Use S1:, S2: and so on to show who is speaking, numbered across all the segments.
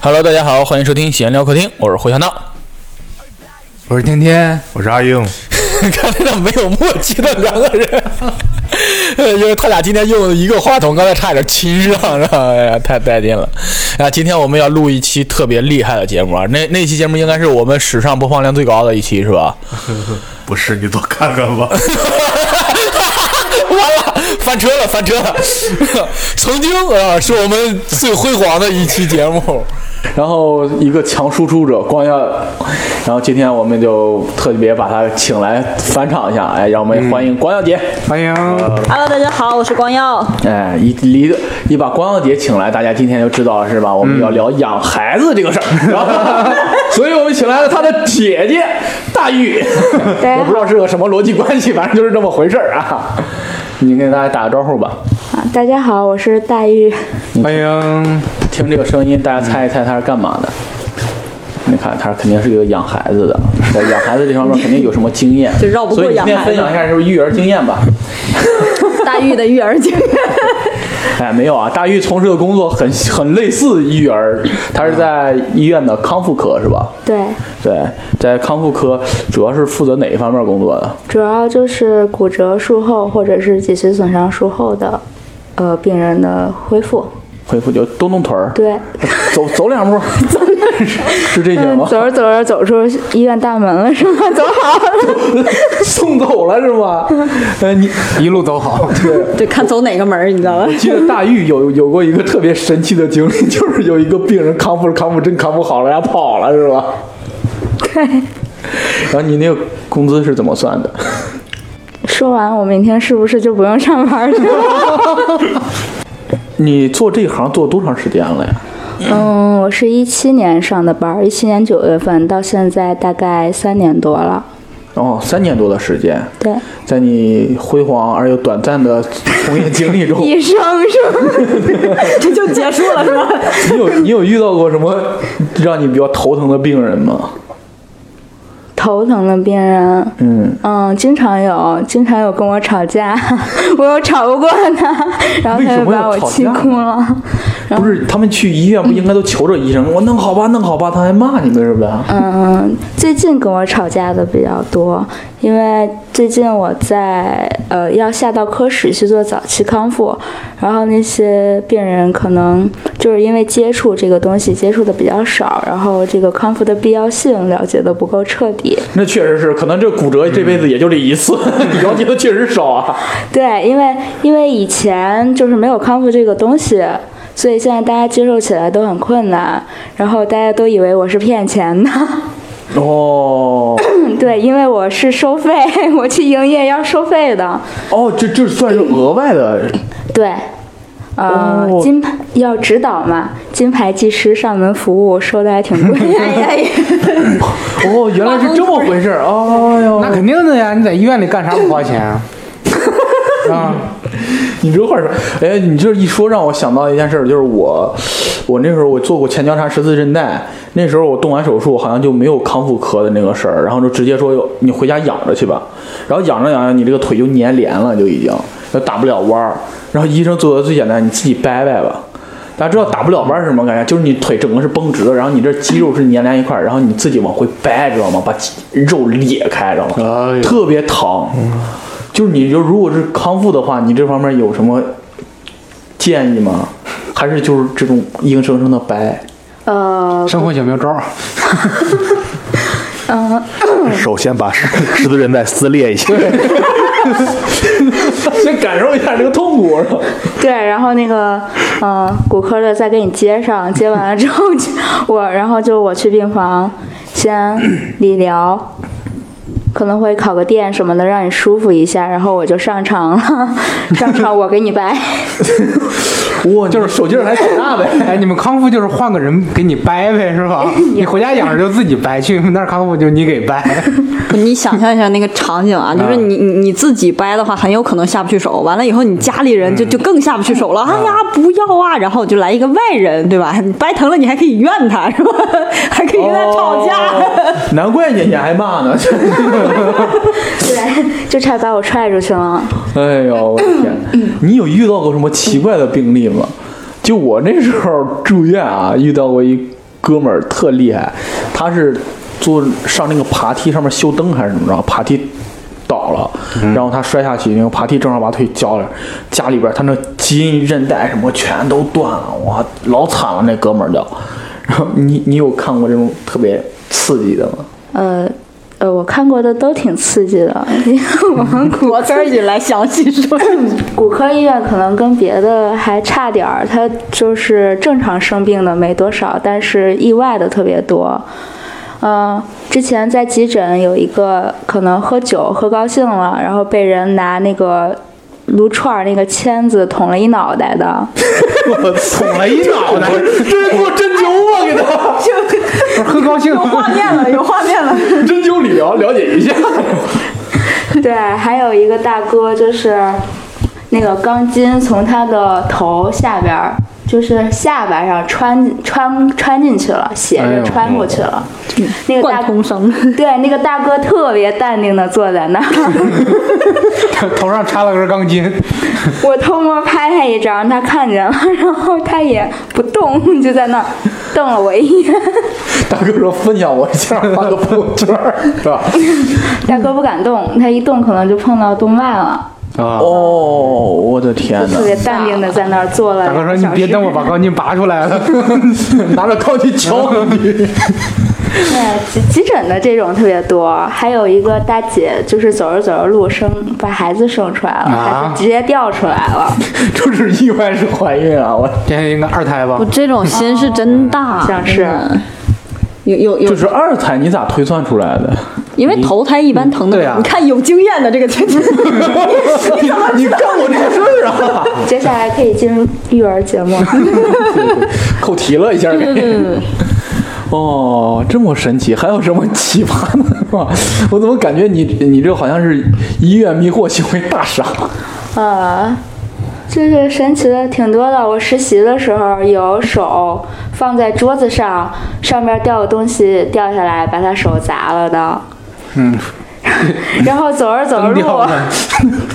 S1: Hello，大家好，欢迎收听闲聊客厅，我是胡小闹。
S2: 我是天天，
S3: 我是阿英，
S1: 刚才那没有默契的两个人， 呃因为他俩今天用一个话筒，刚才差点亲上，是吧？哎呀，太带劲了！啊，今天我们要录一期特别厉害的节目啊，那那期节目应该是我们史上播放量最高的一期，是吧？
S3: 不是你多看看 吧，
S1: 完了， 翻车了，翻车了！曾经啊，是我们最辉煌的一期节目。然后一个强输出者光耀，然后今天我们就特别把他请来返场一下，哎，让我们欢迎光耀姐。
S2: 欢迎。
S4: Hello，大家好，我是光耀。
S1: 哎，一离一把光耀姐请来，大家今天就知道了是吧？我们要聊养孩子这个事儿，然后所以我们请来了她的姐姐大玉，
S4: 对
S1: 我不知道是个什么逻辑关系，反正就是这么回事儿啊。你给大家打个招呼吧。
S4: 啊，大家好，我是黛玉。
S2: 欢迎，
S1: 听这个声音，大家猜一猜他是干嘛的？你看，他肯定是一个养孩子的，在养孩子这方面肯定有什么经验，
S4: 就绕不过
S1: 所以你
S4: 养
S1: 今天
S4: 孩
S1: 分
S4: 子
S1: 享一下是不是育儿经验吧？
S4: 黛玉的育儿 经验，
S1: 哎，没有啊，大玉从事的工作很很类似育儿，他是在医院的康复科是吧？
S5: 对，
S1: 对，在康复科主要是负责哪一方面工作的？
S5: 主要就是骨折术后或者是脊髓损伤术后的，呃，病人的恢复。
S1: 恢复就动动腿儿，
S5: 对，
S1: 走走两 步，是这些
S5: 嗯
S1: 吗？
S5: 走着走着走出医院大门了是吗？走好了。
S1: 送走了是吗？呃，你
S2: 一路走好。
S4: 对，看走哪个门儿，你知道吧？
S1: 记得大玉有有过一个特别神奇的经历，就是有一个病人康复着康复真康复好了，然后跑了是吧？对。然后你那个工资是怎么算的？
S5: 说完，我明天是不是就不用上班了？
S1: 你做这行做多长时间了呀？
S5: 嗯，我是一七年上的班儿，一七年九月份到现在大概三年多了。
S1: 哦，三年多的时间，
S5: 对，
S1: 在你辉煌而又短暂的从业经历 中，
S5: 一生是吗？
S4: 这就结束了是吧？
S1: 你有你有遇到过什么让你比较头疼的病人吗？
S5: 头疼的病人，
S1: 嗯，
S5: 嗯，经常有，经常有跟我吵架， 我有吵不过他，然后
S1: 为
S5: 他
S1: 什
S5: 就
S1: 么要
S5: 把我
S1: 吵
S5: 气
S1: 架呢
S5: 哭了。
S1: 不是，嗯他们去医院不应该都求着医生，我弄好吧，弄好吧，他还骂你们是吧？
S5: 嗯，最近跟我吵架的比较多，因为最近我在呃要下到科室去做早期康复，然后那些病人可能就是因为接触这个东西接触的比较少，然后这个康复的必要性了解的不够彻底，
S1: 那确实是，可能这骨折这辈子也就这一 次，了解的确实少啊。
S5: 对，因为因为以前就是没有康复这个东西，所以现在大家接受起来都很困难，然后大家都以为我是骗钱的。
S1: 哦，
S5: 对，因为我是收费，我去营业要收费的。
S1: 哦，这这算是额外的，
S5: 对，呃，
S1: 哦
S5: 金牌要指导嘛，金牌技师上门服务收的还挺贵
S4: 哎
S5: 的。
S4: 呀，
S1: 哦，原来是这么回事儿。哎呦，
S2: 那肯定的呀，你在医院里干啥不花钱啊？啊，
S1: 你这话说，哎，你这一说让我想到一件事儿，就是我，我那时候我做过前交叉十字韧带，那时候我动完手术好像就没有康复科的那个事儿，然后就直接说哟你回家养着去吧，然后养着养着你这个腿就粘连了，就已经就打不了弯儿，然后医生做的最简单，你自己掰掰吧。大家知道打不了弯儿是什么感觉？就是你腿整个是绷直的，然后你这肌肉是粘连一块儿，然后你自己往回掰，知道吗？把肌肉裂开，知道吗？
S2: 哎呦
S1: 特别疼。就是你就如果是康复的话，你这方面有什么建议吗？还是就是这种硬生生的掰？
S5: 呃，
S2: 生活小妙招儿。
S3: 首先把十十字韧带撕裂一下，
S1: 先感受一下这个痛苦。是吧
S5: 对，然后那个，呃，骨科的再给你接上，接完了之后，我然后就我去病房先理疗，可能会烤个电什么的，让你舒服一下，然后我就上场了， 上场我给你掰，
S1: 哇，就是手劲儿还挺大呗。
S2: 哎，你们康复就是换个人给你掰呗，是 吧？你回家养着就自己掰，去 那儿康复就你给掰。
S4: 你想象一下那个场景啊，就是你你你自己掰的话，很有可能下不去手。完了以后，你家里人就就更下不去手了。哎呀，不要啊！然后就来一个外人，对吧？你掰疼了，你还可以怨他，是吧？ 还可以跟他吵 架。
S1: 哦难怪你你还骂呢。
S5: 对，就差把我踹出去了。
S1: 哎呦，我的天！你有遇到过什么奇怪的病例吗？就我那时候住院啊，遇到过一哥们儿特厉害，他是坐上那个爬梯上面修灯还是怎么着，爬梯。倒了，然后他摔下去，那个爬梯正好把腿绞了，家里边他那筋韧带什么全都断了，哇，老惨了那哥们儿就。然后你 你有看过这种特别刺激的 吗？
S5: 呃呃，我看过的都挺刺激的，因为我们 骨
S4: 我自己来详细 说。
S5: 骨科医啊院可能跟别的还差点儿，它就是正常生病的没多少，但是意外的特别多。嗯、之前在急诊有一个可能喝酒喝高兴了，然后被人拿那个撸串儿那个签子捅了一脑袋的。
S2: 捅了一脑袋，
S1: 这给我针灸啊，给他
S2: 不是喝高兴
S4: 有画面了，有画面了。
S1: 针灸理疗了解一下。
S5: 对，还有一个大哥就是那个钢筋从他的头下边儿，就是下巴上穿穿穿进去了，斜
S2: 哎
S5: 着
S2: 呦嗯
S5: 穿过去了。那个大
S4: 贯通生，
S5: 对，那个大哥特别淡定的坐在那 儿，
S2: 头上插了根钢筋，
S5: 我偷摸拍他一张，让他看见了，然后他也不动，就在那儿瞪了我一眼。
S1: 大哥说分享我一下，发个朋友圈儿是吧？
S5: 大哥不敢动，他一动可能就碰到动脉了，
S2: 啊
S1: 哦，我的天哪
S5: 特！别淡定的在那儿坐了
S2: 大
S5: 两
S2: 哥说
S5: 个小
S2: 你
S5: 时。
S2: 别等我把钢筋拔出来 了，
S1: 拿着钢筋 敲你，
S5: 对，呃急急诊的这种特别多，还有一个大姐就是走着走着路生把孩子生出来了，
S2: 啊
S5: 孩子直接掉出来了，
S1: 这是意外是怀孕啊！我
S2: 这应该二胎吧
S4: 我？这种心是真大，
S5: 像是
S4: 真
S2: 啊
S4: 的有有有
S1: 就，是二胎，你咋推算出来的？
S4: 因为头胎一般疼的
S2: 对啊，
S4: 你看有经验的这个 天天，
S1: 你你 干过这个事儿 啊？
S5: 接下来可以进入育儿节 目了。
S1: 扣题了一下给。
S4: 对对对对，
S1: 哦，这么神奇，还有什么奇葩的吗？ 我怎么感觉你你这好像是医院迷惑行为大赏？
S5: 呃，就是神奇的挺多的。我实习的时候有手放在桌子上，上面掉个东西掉下来，把他手砸了的。嗯。 然后走着走着路，
S2: 扔 掉了，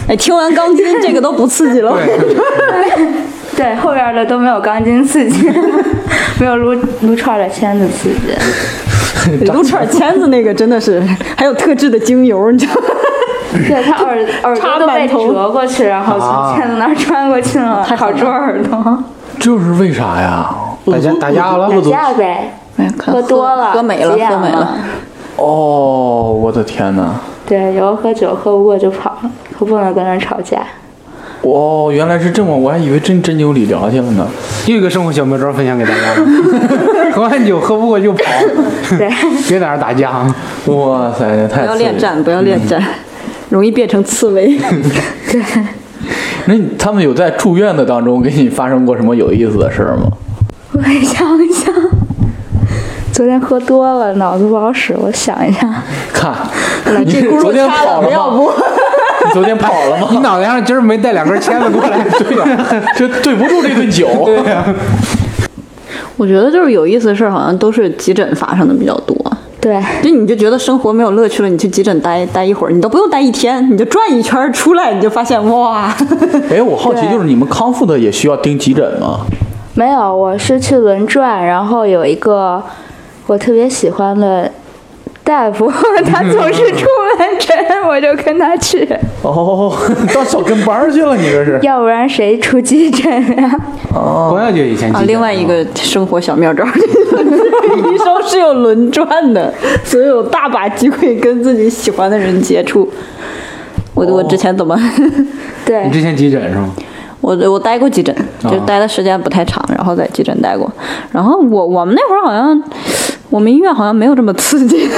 S4: 哎，听完钢筋这个都不刺激了，
S2: 对，
S5: 对后边的都没有钢筋刺激， 没有撸撸串的签子刺激。
S4: 撸串签子那个真的是，还有特制的精油， 你知道吗？
S5: 对他 耳耳朵都被折过去，然后从签子那儿穿过去了，
S4: 太狠
S5: 好
S4: 了
S5: 折耳朵。
S1: 这是为啥呀？
S2: 打架打架了
S1: 恶
S5: 打
S1: 作
S5: 架呗，
S4: 哎呀，看
S5: 喝多了，
S4: 喝没了，
S5: 急眼
S4: 喝没了
S5: 了。。
S1: 哦，我的天哪！
S5: 对，然后喝酒喝不过就跑了，可不能跟人吵架。
S1: 哦，原来是这么，我还以为真针灸理疗去了呢。
S2: 又一个生活小妙招分享给 大家，喝完酒喝不过就跑，
S5: 对，
S2: 别在那儿打架
S1: 哦
S2: 啊！
S1: 哇塞，太
S4: 不要
S1: 刺激
S4: 恋
S1: 了
S4: 战，不要恋战，容易变成刺 猬。
S1: 那你他们有在住院的当中给你发生过什么有意思的事儿吗？
S5: 我想一想，昨天喝多了，脑子不好使，我想一下，
S1: 看，你
S4: 哎这轱
S1: 昨
S4: 辘
S1: 天
S4: 掐
S1: 跑了
S4: 了，不要
S1: 吗？
S4: 不？
S1: 你昨天跑了
S2: 你
S1: 吗？
S2: 脑袋上今儿没带两根签子过来，对呀，
S1: 这对不住这顿酒。
S4: 我觉得就是有意思的事儿，好像都是急诊发生的比较多。
S5: 对，
S4: 就你就觉得生活没有乐趣了，你去急诊待待一会儿，你都不用待一天，你就转一圈儿出来，你就发现哇，
S1: 哎，我好奇，
S5: 对
S1: 就是你们康复的也需要盯急诊 吗？
S5: 没有，我是去轮转，然后有一个我特别喜欢的大夫， 他总是出门 诊，我就跟他去，
S1: 哦，当小跟班儿去了，你这 是？
S5: 要不然谁出急诊啊呀、
S1: 哦
S2: 光耀就以前记
S4: 啊，
S2: 得
S4: 另外一个生活小妙招， 医生是有轮转的，所以有大把机会跟自己喜欢的人接触。我我之前怎么，
S5: 对
S2: 啊你，之前急诊是吗？
S4: 我我待过急诊，
S1: 啊
S4: 就待的时间不太长，然后在急诊待过。然后我我们那会儿好像，我们医院好像没有这么刺激。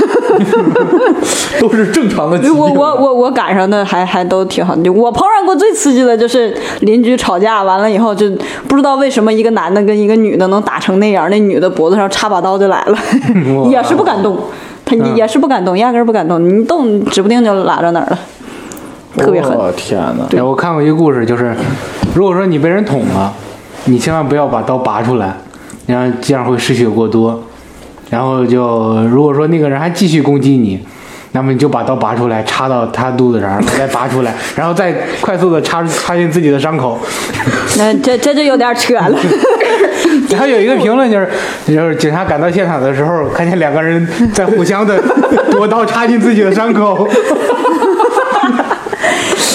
S1: 都是正常的急啊诊。
S4: 我我我我赶上的还还都挺好的。就我碰上过最刺激的就是邻居吵架完了以后，就不知道为什么一个男的跟一个女的能打成那样，那女的脖子上插把刀就来 了，也是不敢动，
S1: 嗯
S4: 她也也是不敢动，压根儿不敢动，你一动指不定就拉着哪儿了，特别狠。
S1: 我哦天哪！
S2: 对，哎我看过一个故事，就是如果说你被人捅了，你千万不要把刀拔出来，然后这样会失血过多。然后就如果说那个人还继续攻击你，那么你就把刀拔出来，插到他肚子上，然后再拔出来， 然后再快速的插插进自己的伤口。
S4: 那这这就有点扯了。
S2: 然后有一个评论就是，就是警察赶到现场的时候，看见两个人在互相的夺刀插进自己的伤口，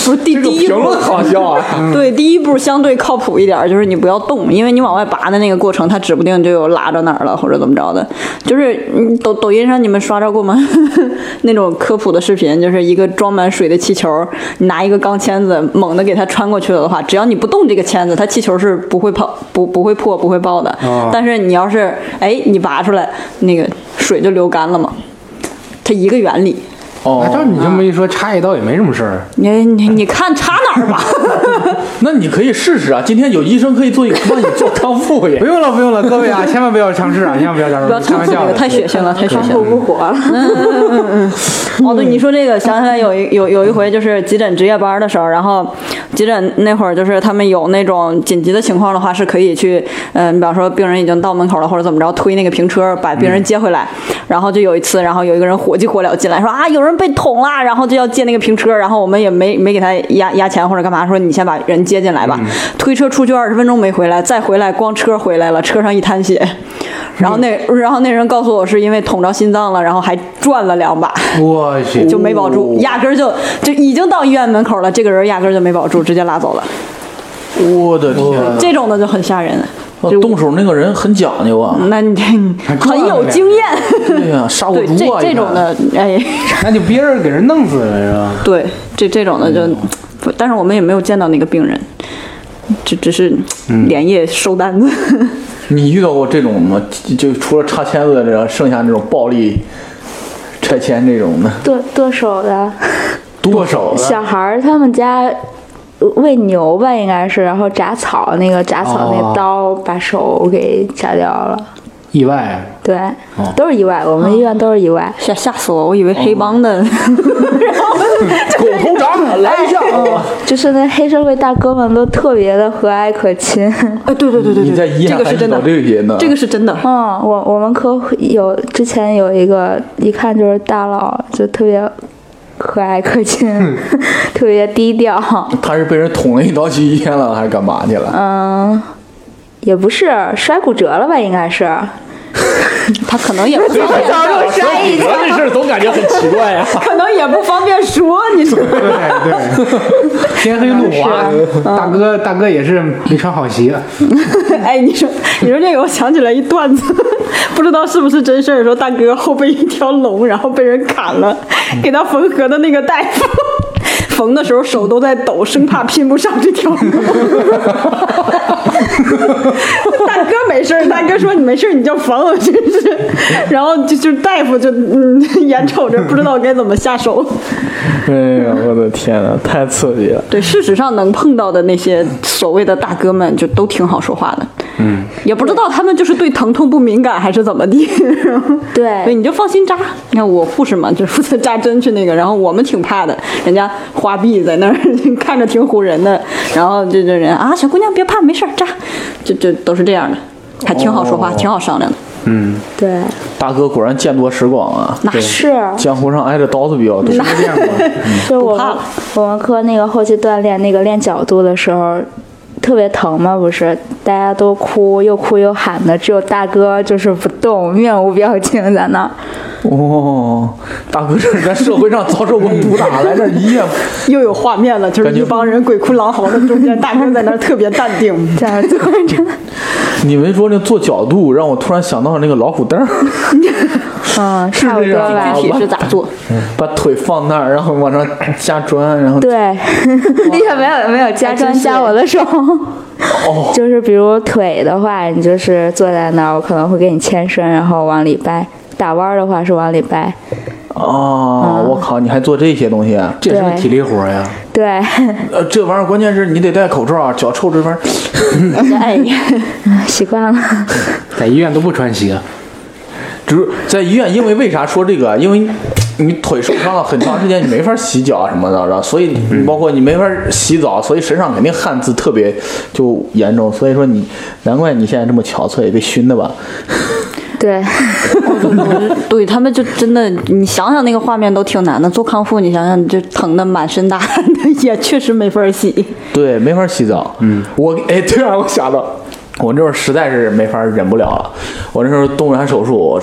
S4: 不是第
S1: 这个
S4: 第一
S1: 评
S4: 步
S1: 论。好笑啊！
S4: 对，第一步相对靠谱一点，就是你不要动，因为你往外拔的那个过程，它指不定就有拉着哪儿了或者怎么着的。就是嗯抖抖音上你们刷着过吗？ 那种科普的视频，就是一个装满水的气球，你拿一个钢签子猛地给它穿过去了的话，只要你不动这个签子，它气球是不会跑、不不会破、不会爆的。
S1: 啊
S2: 哦
S4: 但是你要是哎你拔出来，那个水就流干了嘛，它一个原理。
S2: 那照
S1: 哦，
S2: 你这么一说，插一刀也没什么事儿。
S4: 你你你看插哪儿吧。
S1: 那你可以试试啊！今天有医生可以做一个帮你做康复
S2: 不
S1: 耶。
S2: 用了，不用了，各位啊，千万不要尝试啊，千万不要尝试，
S4: 不要
S2: 开
S4: 唱
S2: 玩
S4: 这
S2: 笑
S4: 个，
S2: 的。
S4: 太血腥了，太血
S5: 康
S4: 腥
S5: 复
S4: 了。
S5: 不活了。
S4: 哦，对，你说这个，想起来有一有有一回就是急诊值夜班的时候，然后急诊那会儿就是他们有那种紧急的情况的话，是可以去，嗯、比方说病人已经到门口了或者怎么着，推那个平车把病人接回来。然后就有一次，然后有一个人火急火燎进来说啊，有人被捅啦，然后就要借那个平车，然后我们也没没给他压压钱或者干嘛，说你先把人接进来吧。推车出去二十分钟没回来，再回来光车回来了，车上一滩血。然后那，然后那人告诉我是因为捅着心脏了，然后还转了两把。
S2: 我去，
S4: 就没保住，
S1: 哦
S4: 压根儿就就已经到医院门口了，这个人压根儿就没保住，直接拉走了。
S1: 我的天，
S4: 这种的就很吓人，
S1: 哦动手那个人很讲究啊！
S4: 那你这很有经验。
S1: 对呀，杀过
S4: 对，
S1: 猪
S4: 这
S1: 啊！
S4: 这
S1: 一
S4: 种
S1: 看
S4: 的，哎，
S2: 那就别人给人弄死了是吧？
S4: 对，这这种的就，
S1: 嗯
S4: 不但是我们也没有见到那个病人，只只是
S1: 嗯
S4: 连夜收单子。
S1: 你遇到过这种吗？就就除了插签子这，剩下那种暴力拆迁这种的，
S5: 剁剁手的
S1: 剁手的
S5: 小孩儿，他们家呃喂牛吧，应该是，然后铡草那个铡草
S2: 哦
S5: 那刀把手给夹掉了。
S2: 意外，啊
S5: 对，
S2: 哦
S5: 都是意外，我们医院都是意外。
S4: 吓吓死我！我以为黑帮的，
S1: 狗头掌来一下啊！
S5: 就是那黑社会大哥们都特别的和蔼可亲。
S4: 哎，对对对对
S1: 啊你在
S4: 对，
S1: 医
S4: 这
S1: 院
S4: 个
S1: 还
S4: 是
S1: 遇
S4: 真的
S1: 到，这啊些呢？
S4: 这个是真的。
S5: 嗯，我我们科有之前有一个一看就是大佬，就特别和蔼可亲， 特别低调。
S1: 他是被人捅了一刀去医院了，还是干嘛去了？
S5: 嗯，也不是摔骨折了吧，应该是。
S4: 他可能也不方便，
S5: 摔一
S1: 我这事儿总感觉很奇怪呀、
S4: 可能也不方便说， 你知道吗
S2: 对对， 天黑路滑，
S4: 嗯
S2: 大哥大哥也是没穿好鞋，啊
S4: 哎，你说你说这个，我想起来一段子， 不知道是不是真事儿。说大哥后背一条龙，然后被人砍了，
S2: 嗯
S4: 给他缝合的那个大夫，缝的时候手都在抖，生怕拼不上这条龙。 大哥没事儿，大哥说你没事儿，你就缝，真是。然后就就大夫就嗯，眼瞅着不知道该怎么下手。
S1: 哎呀，我的天呐，太刺激了！
S4: 对，事实上能碰到的那些所谓的大哥们，就都挺好说话的。嗯，也不知道他们就是对疼痛不敏感还是怎么地。
S5: 对
S4: 对，你就放心扎。你看我护士嘛，就负责扎针去那个，然后我们挺怕的，人家花臂在那儿 看着挺唬人的，然后这这人啊，小姑娘别怕，没事儿扎，就就都是这样的，还挺好说话，挺好商量的。
S5: 对，
S1: 大哥果然见多识广啊，
S4: 那是
S5: 是，
S1: 江湖上挨着刀子比较多。
S2: 没见过。
S5: 就是我
S4: 不怕
S5: 们
S4: 了
S5: 我们科那个后期锻炼那个练角度的时候。特别疼嘛，不是？大家都哭，又哭又喊的，只有大哥就是不动，面无表情在那儿。
S1: 哦，大哥这是在社会上遭受过毒打，来这儿医院
S4: 又有画面了，就是
S1: 感觉
S4: 一帮人鬼哭狼嚎的中间，大哥在那儿特别淡 定。
S5: 这样坐着。
S1: 你们说那做角度，让我突然想到那个老虎凳儿，
S5: 嗯，差不
S1: 这
S5: 多
S1: 样
S5: 吧
S1: 具。体是
S4: 咋做？
S1: 把腿放那儿，然后往上加砖，然后
S5: 对，你也没有没有加
S4: 真
S5: 砖
S4: 是
S5: 加我的手，
S1: 哦，
S5: 就是比如腿的话，你就是坐在那儿，我可能会给你牵伸，然后往里掰。打弯儿的话是往里掰，
S1: 哦，我靠，你还做这些东西？啊
S2: 这是个体力活呀，
S5: 对，
S1: 呃，这玩意儿关键是你得戴口罩啊，脚臭这玩意儿。
S4: 哎呀，
S5: 习惯了。
S2: 在医院都不穿 鞋，啊
S1: 只是在医院，因为为啥说这个？啊因为你腿受伤了很长时间，你没法洗脚啊什么的，然后所以你包括你没法洗澡，所以身上肯定汗渍特别就严重。所以说你难怪你现在这么憔悴，被熏的吧？
S5: 对，
S4: 对他们就真的，你想想那个画面都挺难的。做康复，你想想，就疼的满身大汗的，也确实没法洗。
S1: 啊 对，没法洗澡。嗯，我哎，突然我想到，我那会儿实在是没法忍不了了，我那时候动完手术，我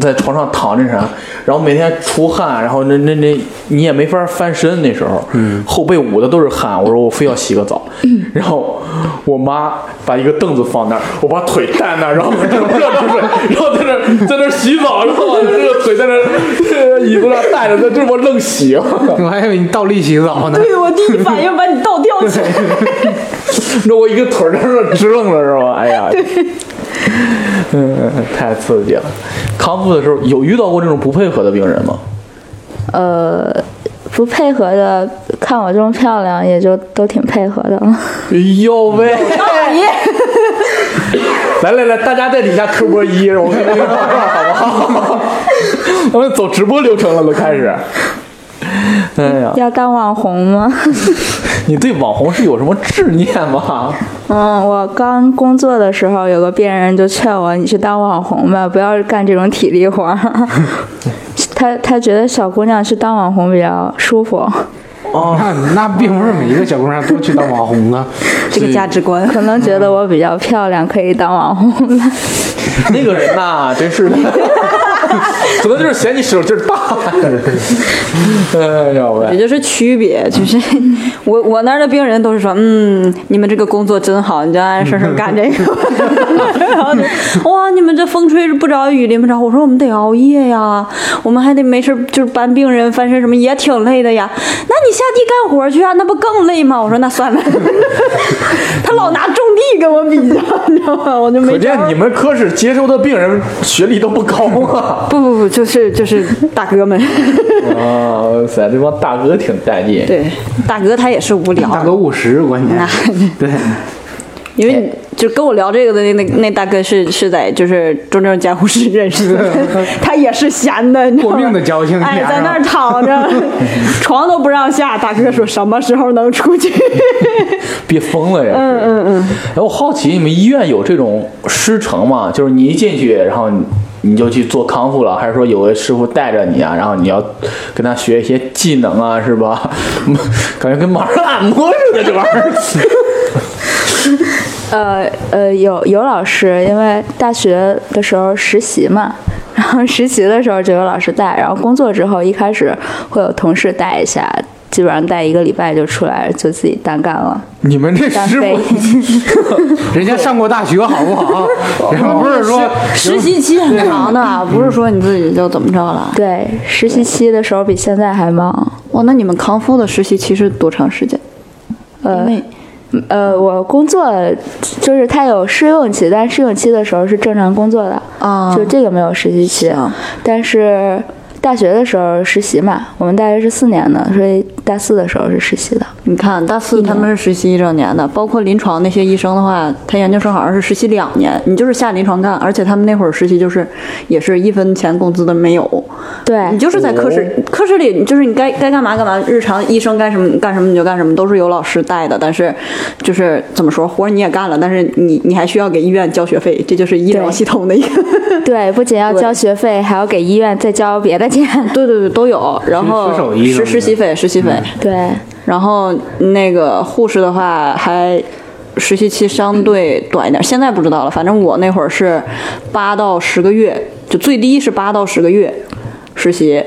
S1: 在床上躺着啥，然后每天出汗，然后那那那你也没法翻身，那时候，嗯，后背捂的都是汗，我说我非要洗个澡， 然后我妈把一个凳子放那儿，我把腿站那儿，然后我这么热着水，然后在那儿在那儿洗澡，然后我这个腿在那儿呃椅子上带着，在这么愣洗，啊
S2: 我还以为你倒立洗澡呢。
S4: 对我第一反应把你倒吊起来。
S1: 那我一个腿儿在那支棱着是吧？哎呀，嗯，太刺激了。康复的时候有遇到过这种不配合的病人吗？
S5: 呃，不配合的，看我这么漂亮，也就都挺配合的了。
S1: 哎呦喂！ 来来来，大家在底下磕波一，我们给你们报上好不好？ 咱们走直播流程了，都开始。哎呀，
S5: 要当网红吗？
S1: 你对网红是有什么执念吗？
S5: 嗯，我刚工作的时候，有个病人就劝我，你去当网红吧，不要干这种体力活儿。 他他觉得小姑娘去当网红比较舒服，
S2: 那那并不是每一个小姑娘都去当网 红啊。
S4: 这个价值 观，
S5: 可能觉得我比较漂亮，可以当网红了。
S1: 那个人呐，真是的，可能就是嫌你使劲儿大。哎呀喂！
S4: 也就是区别，就是 我我那儿的病人都是说，嗯，你们这个工作真好，你就安安生生干这个。 然后就哇，你们这风吹不着雨淋不着。我说我们得熬夜呀，我们还得没事儿就是搬病人翻身什么也挺累的呀。那你下地干活去啊，那不更累吗？我说那算了。 他老拿种地跟我比较，你知道吗？我就没
S1: 可
S4: 招
S1: 见
S4: 儿。
S1: 你们科室接收的病人学历都不高啊！
S4: 不不不，就是就是大哥们，
S1: 啊，哇塞，这帮大哥挺带劲。
S4: 对大哥他也是无聊，
S2: 大哥五十，关键
S4: 哦那
S2: 是 对，
S4: 因为就跟我聊这个的那那那大哥是是在就是中正监护室认识的，他也是闲的，你知道吗
S2: 过命的矫情
S4: 哎，
S2: 俩
S4: 在
S2: 人
S4: 那儿躺 着，床都不让下。大哥说什么时候能出去？
S1: 憋疯了呀！嗯嗯嗯。然后我好奇，你们医院有这种师承吗？就是你一进去，然后你你就去做康复了，还是说有个师傅带着你啊？然后你要跟他学一些技能啊，是吧？ 嗯感觉跟马上按摩似的，这玩意儿。
S5: 呃呃，有有老师，因为大学的时候实习嘛，然后实习的时候就有老师带，然后工作之后一开始会有同事带一下，基本上带一个礼拜就出来，就自己单干了，
S1: 你们这
S5: 单
S1: 师
S5: 飞。
S1: 傅
S2: 人家上过大学，好不 好？人家不是说
S4: 实习期很长的啊，不是说你自己就怎么着了。
S5: 对，实习期的时候比现在还忙。
S4: 哇，哦那你们康复的实习期是多长时间？因
S5: 呃
S4: 为
S5: 呃，我工作就是他有试用期，但试用期的时候是正常工作的，
S1: 哦
S4: 啊
S5: 就这个没有实习期。
S4: 行
S5: 但是大学的时候实习嘛，我们大学是四年的，所以大四的时候是实习的。
S4: 你看大四他们是实习一整年的，包括临床那些医生的话，他研究生好像是实习两年，你就是下临床干，而且他们那会儿实习就是也是一分钱工资都没有，
S5: 对，
S4: 你就是在科室
S2: 哦
S4: 科室里，就是你该该干嘛干嘛，日常医生干什么干什么你就干什么，都是有老师带的，但是就是怎么说活儿你也干了，但是你你还需要给医院交学费，这就是医疗
S5: 对
S4: 系统的一个，
S5: 对，不仅要交学费，还要给医院再交别的钱。
S4: 对对对都有，然后
S2: 是手艺
S4: 实
S2: 的嗯
S4: 实习费实习费。
S5: 对，
S4: 然后那个护士的话还。实习期相对短一点，现在不知道了。反正我那会儿是八到十个月，就最低是八到十个月实习，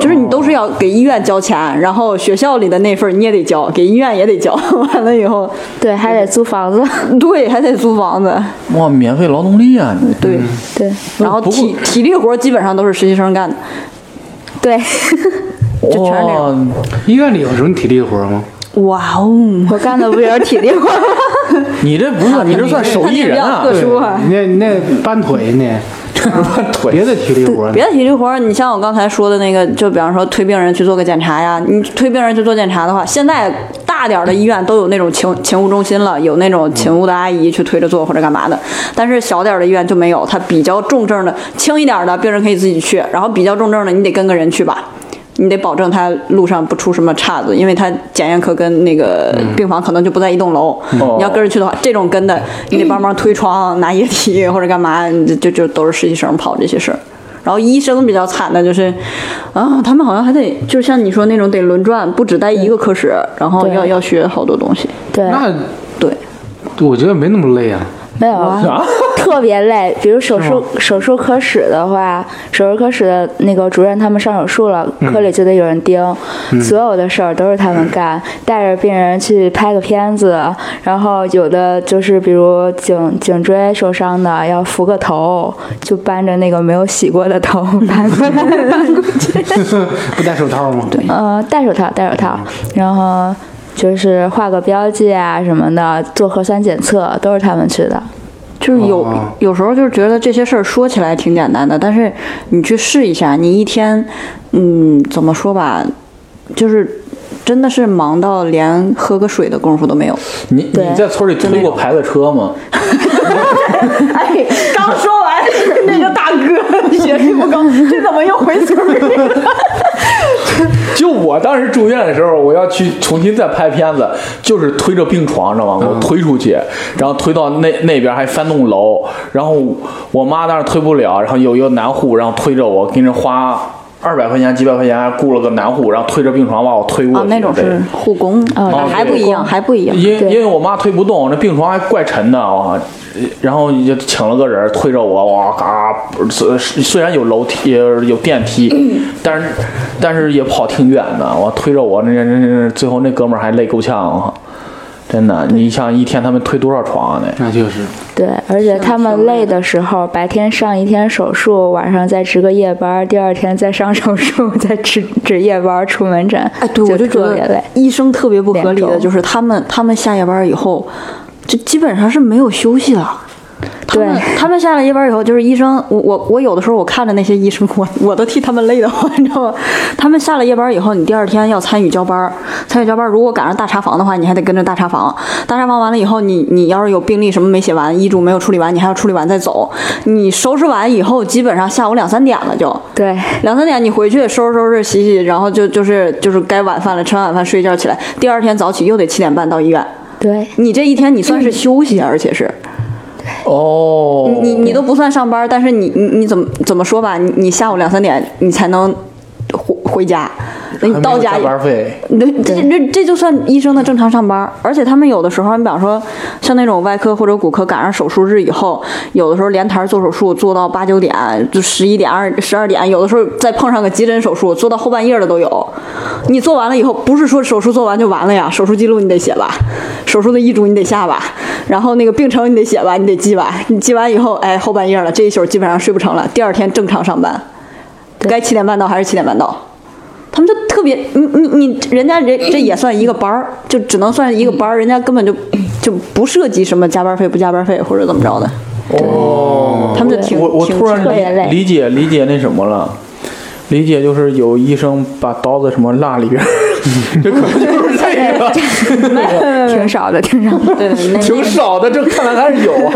S4: 就是你都是要给医院交钱，然后学校里的那份儿你也得交，给医院也得交。 完了以后，
S5: 对，还得租房子。
S4: 对，还得租房子，
S1: 哇，免费劳动力啊！你
S4: 对。
S5: 对，
S4: 然后
S1: 不过
S4: 体体力活儿基本上都是实习生干的，
S5: 对，
S4: 就全是那
S1: 哇，
S2: 医院里有什么体力活吗？
S4: 哇哦！
S5: 我干的不也是体力活儿吗？
S1: 你这不算，你这算手艺人啊
S4: 他！那比较特殊啊。
S2: 那那搬腿 呢？
S1: 腿
S2: 别的体力活呢
S4: 别？的体力活儿，你像我刚才说的那个，就比方说推病人去做个检查呀，你推病人去做检查的话，现在大点儿的医院都有那种勤勤务中心了，有那种勤务的阿姨去推着做或者干嘛的，但是小点儿的医院就没有，它比较重症的、轻一点儿的病人可以自己去，然后比较重症的你得跟个人去吧。你得保证他路上不出什么岔子，因为他检验科跟那个病房可能就不在一栋楼。
S2: 哦
S4: 你要跟着去的话，这种跟的你得帮忙推窗、拿液体或者干嘛，你就就就都是实习生跑这些事儿。然后医生比较惨的就是，啊，他们好像还得就像你说那种得轮转，不只待一个科室，然后
S5: 对
S4: 要要学好多东西。
S5: 对，
S2: 那
S4: 对，
S2: 我觉得没那么累啊。
S5: 没有
S1: 啊，
S5: 特别累。比如手术手术科室的话，手术科室的那个主任他们上手术了，科里就得有人盯，所有的事儿都是他们干，带着病人去拍个片子，然后有的就是比如颈颈椎受伤的要扶个头，就搬着那个没有洗过的头 搬过来搬过去，
S2: 不戴手套吗？对，
S5: 呃，戴手套戴手套，然后。就是画个标记啊什么的，做核酸检测都是他们去的。
S4: 就是有、
S2: 哦
S4: 有时候就是觉得这些事儿说起来挺简单的，但是你去试一下，你一天，嗯，怎么说吧，就是真的是忙到连喝个水的功夫都没有。
S1: 你
S5: 对
S1: 你在村里推过牌子车吗？
S4: 哎，刚说完那个大 哥学历不高，这怎么又回村儿了？
S1: 就我当时住院的时候，我要去重新再拍片子，就是推着病床，知道吗？我推出去，然后推到那那边还三栋楼，然后我妈当时推不了，然后有一个男护，然后推着我，跟人花二百块钱、几百块钱还雇了个男护，然后推着病床把我推过去。
S4: 啊，那种
S1: 对
S4: 是护工，
S5: 哦
S4: 还不一样，还不一样。
S1: 因
S5: 对
S1: 因为我妈推不动，那病床还怪沉的啊，然后就请了个人推着我，哇嘎，虽虽然有楼梯有电梯，
S4: 嗯
S1: 但是但是也跑挺远的，我推着我那那那那最后那哥们儿还累够呛啊，真的，你想一天他们推多少床啊？那
S2: 那确实，
S4: 嗯
S5: 对，而且他们累的时候，白天上一天手术，晚上再值个夜班，第二天再上手术，再值值夜班，出门诊。
S4: 哎，对，我就觉
S5: 特别累
S4: 得。医生特别不合理的
S5: 两周
S4: 就是他们，他们下夜班以后，就基本上是没有休息了。他们
S5: 对
S4: 他们下了夜班以后，就是医生，我我我有的时候我看着那些医生，我我都替他们累得慌，你知道吗？他们下了夜班以后，你第二天要参与交班儿，参与交班儿，如果赶上大查房的话，你还得跟着大查房。大查房完了以后，你你要是有病历什么没写完，医嘱没有处理完，你还要处理完再走。你收拾完以后，基本上下午两三点了就。
S5: 对，
S4: 两三点你回去收拾收拾洗洗，然后就就是就是该晚饭了，吃完晚饭睡觉起来，第二天早起又得七点半到医院。
S5: 对，
S4: 你这一天你算是休息，啊而且是
S1: 哦，
S4: 你你你都不算上班，但是你你你怎么怎么说吧，你你下午两三点你才能回回家，那你
S1: 还没有
S4: 到家
S1: 加班费，
S4: 那这这这就算医生的正常上班儿，而且他们有的时候，你比方说像那种外科或者骨科赶上手术日以后，有的时候连台儿做手术做到八九点，就十一点二十二点，有的时候再碰上个急诊手术，做到后半夜的都有。你做完了以后，不是说手术做完就完了呀，手术记录你得写吧，手术的医嘱你得下吧，然后那个病程你得写吧，你得记吧，你记完以后，哎，后半夜了，这一宿基本上睡不成了，第二天正常上班，该七点半到还是七点半到。他们就特别，你你你，人家这这也算一个班儿，就只能算一个班儿，人家根本就就不涉及什么加班费不加班费或者怎么着的，
S1: 哦，
S4: 嗯他们就挺
S1: 我我
S4: 挺
S1: 突然
S5: 特别累
S1: 理理解理解那什么了。理解就是有医生把刀子什么落里边儿，这可能就是这个。
S5: 挺少的，挺少的。
S4: 呃对对，那
S1: 挺少的，这看来还是有啊。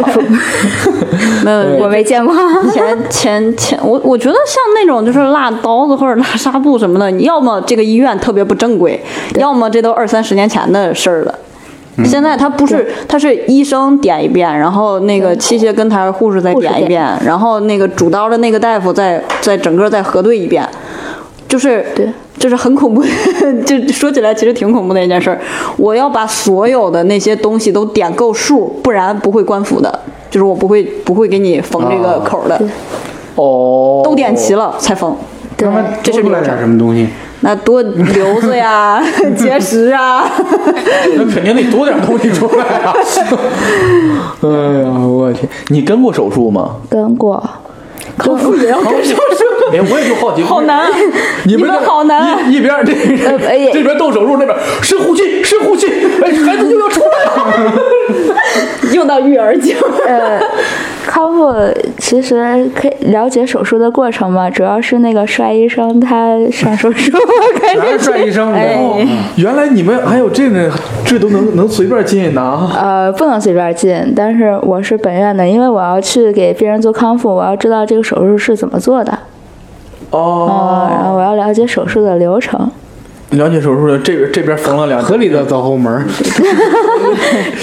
S4: 没有
S5: 我没见过，
S4: 前前前，我我觉得像那种就是辣刀子或者辣纱布什么的，你要么这个医院特别不正规，要么这都二三十年前的事儿了。
S5: 嗯
S4: 现在他不是，他是医生点一遍，然后那个器械跟台护士再
S5: 护士
S4: 点一
S5: 点
S4: 遍，然后那个主刀的那个大夫再再整个再核对一遍，就是
S5: 对。
S4: 就是很恐怖， 就说起来其实挺恐怖的一件事儿。我要把所有的那些东西都点够数，不然不会关服的，就是我不会不会给你缝这
S5: 啊
S4: 个口儿的，
S1: 哦，
S4: 都点齐了才缝。
S5: 对
S2: 他，们
S4: 这是
S2: 多出来
S4: 流程
S2: 点什么 东西？
S4: 那多瘤子呀、 结石啊，
S1: 那肯定得多点东西出来啊！ 哎呀，我天！你跟过手术吗？
S5: 跟过。
S4: 口服也要跟手术，
S1: 哎，我也就好奇，
S4: 好难啊。
S1: 你们
S4: 你们
S1: 这
S4: 好难啊
S1: 一一边儿这
S5: 呃哎
S1: 这边动手术，那边深呼吸，深呼吸，哎，孩子就要出来了。
S4: 用到育儿经。
S5: 呃，康复其实可以了解手术的过程嘛，主要是那个帅医生他上 手术跟
S2: 哪有帅医生 的？
S4: 哎
S1: 原来你们还有这呢，这都能能随便进拿。啊
S5: 呃，不能随便进，但是我是本院的，因为我要去给病人做康复，我要知道这个手术是怎么做的，呃，然
S1: 哦，
S5: 后我要了解手术的流程。
S1: 了解手术的这边这边缝了两
S2: 合理的走后门儿，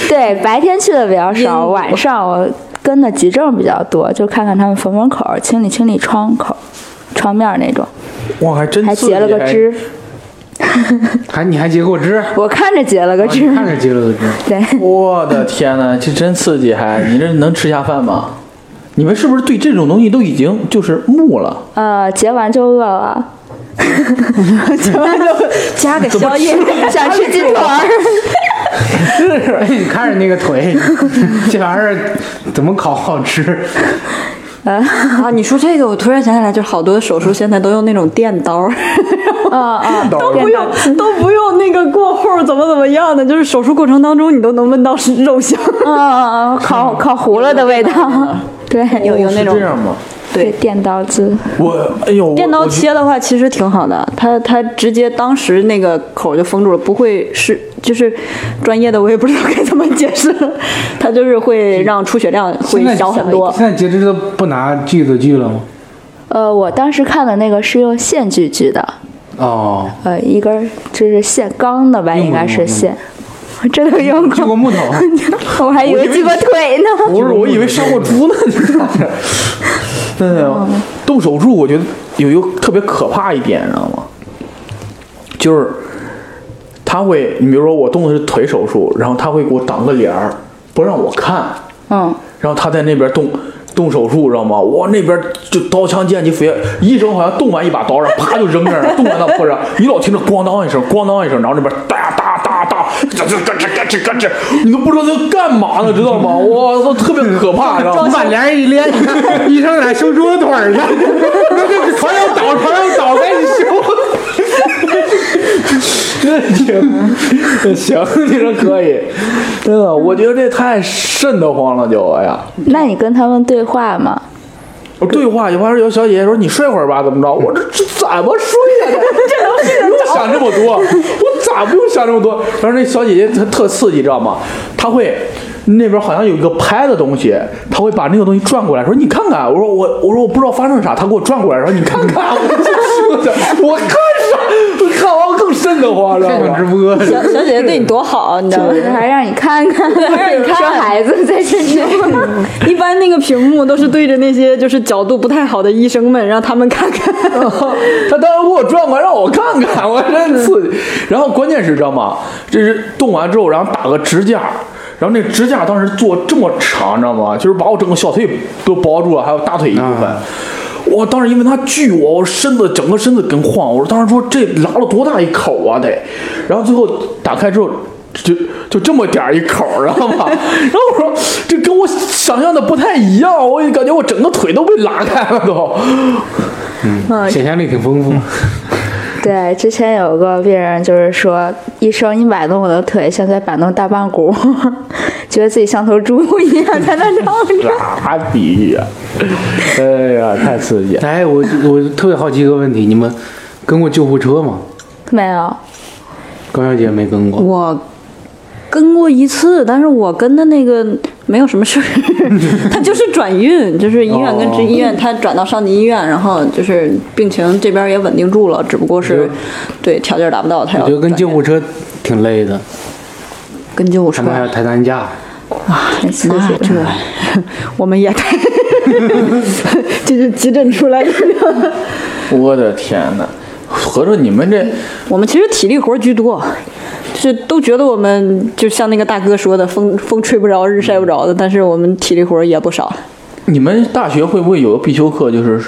S5: 对，白天去的比较少，晚上我跟的急症比较多，就看看他们缝缝口，清理清理窗口、窗面那种，
S1: 哇，还真
S5: 还
S1: 刺激
S5: 截了个
S1: 哎
S5: 肢。
S2: 还你还结过枝？
S5: 我看着结了个
S2: 哦你
S5: 痣，
S2: 看着结了 个枝，
S5: 对，
S1: 我的天呐，这真刺激还！你这能吃下饭吗？你们是不是对这种东西都已经就是木了？
S5: 呃，结完就饿了，
S4: 加个宵夜，
S5: 想吃鸡腿儿。
S2: 哎，你看着那个 腿，这玩意儿怎么烤好吃？
S4: 啊！你说这个，我突然想起来，就是好多手术现在都用那种电 刀，啊
S5: 嗯 嗯，
S4: 都不用都不用那个过后怎么怎么样的，就是手术过程当中你都能闻到是肉香。
S5: 嗯
S4: 哦
S5: 嗯嗯，烤烤糊了的味道，对，
S4: 有有那
S1: 是
S4: 种
S1: 这样吗？
S5: 对电刀子，
S1: 我哎呦，我
S4: 电刀
S1: 我觉
S4: 切的话，其实挺好的，它它直接当时那个口就封住了，不会是就是专业的，我也不知道该怎么解释了，它就是会让出血量会
S2: 现在
S4: 小很多。
S2: 现在截肢都不拿锯子锯了吗？
S5: 呃，我当时看的那个是用线锯锯的，
S2: 哦，
S5: 呃，一根儿就是线钢的吧，
S2: 用过
S5: 应该
S2: 用
S5: 是
S2: 过
S5: 线， 我真的用
S2: 锯过
S5: 过，
S2: 木 头。
S5: 我还以为锯过腿呢。
S1: 不是，我以为杀过猪呢。 真的，动手术我觉得有一个特别可怕一点，你知道吗？就是他会，你比如说我动的是腿手术，然后他会给我挡个帘儿，不让我看，
S5: 嗯，
S1: 然后他在那边动。动手术，知道吗？我那边就刀枪剑戟飞，医生好像动完一把刀，然后 啪就扔那儿了，动完到坡上，你老听着咣当一声，咣当一声，然后那边哒哒哒哒，这这这这这这这，你都不知道在干嘛呢，知道吗？我操，特别可怕，知道吗？
S2: 把帘儿一连，你 看医生在那修猪腿儿呢。那这床上倒，床上倒，赶紧修。
S1: 行，行，你说可以，真的，我觉得这太瘆得慌了，就哎呀。
S5: 那你跟他们对话吗？
S1: 我对话，有旁边有小姐姐说：“你睡会儿吧，怎 么着？”我这这怎么睡呀、 这这能睡得着？想这么多，我咋不用想这么多？然后那小姐姐她特刺激，知道吗？她会那边好像有一个拍的东西，她会把那个东西转过来，说：“你看看。”我说：“我我说我不知道发生啥。”她给我转过来，说：“你看看。”我就我看啥？ 我看完更瘆得慌，知道
S2: 现场直
S1: 吗？
S2: 播，
S4: 小小姐姐对你多好，啊你知道吗？
S5: 还让你看看，呃还 让你看孩子在身上。
S4: 一般那个屏幕都是对着那些就是角度不太好的医生们，让他们看看。
S1: 他当时给我转过来让我看看，我真刺激。然后关键是知道吗？这是动完之后，然后打个支架，然后那支架当时做这么长，你知道吗？就是把我整个小腿都包住了，还有大腿一部分。我当时因为他锯我，我身子整个身子跟晃，我当时说这拉了多大一口啊得，然后最后打开之后。就就这么点儿一口，知道吗？ 然后我说这跟我想象的不太一样，我也感觉我整个腿都被拉开了都。
S4: 嗯
S2: 想象力挺丰富。
S5: 对，之前有个病人就是说，医生，你摆弄我的腿，像在摆弄大棒骨， 觉得自己像头猪一样在那绕着。
S1: 啥比喻啊？哎呀，太刺激！
S2: 哎，我我特别好奇一个问题，你们跟过救护车吗？
S5: 没
S2: 啊
S5: 有，
S2: 高小姐没跟过，
S4: 我跟过一次，但是我跟的那个没有什么事儿， 他就是转运，就是医院跟
S2: 哦
S4: 直医院，他转到上级医院，然后就是病情这边也稳定住了，只不过是对条件达不到，他
S2: 我
S4: 要
S2: 觉得跟
S4: 转
S2: 救
S4: 运
S2: 护车挺累的，
S4: 跟救护车
S2: 他们还要抬担架。
S5: 很刺
S4: 那
S5: 激
S4: 这
S5: 的。
S4: 我们也太， 这就急诊出来的。
S1: 我的天哪！合着你们这
S4: 我们其实体力活儿居多，就是都觉得我们就像那个大哥说的，风风吹不着，日晒不着的，但是我们体力活儿也不少。
S1: 你们大学会不会有个必修课，就是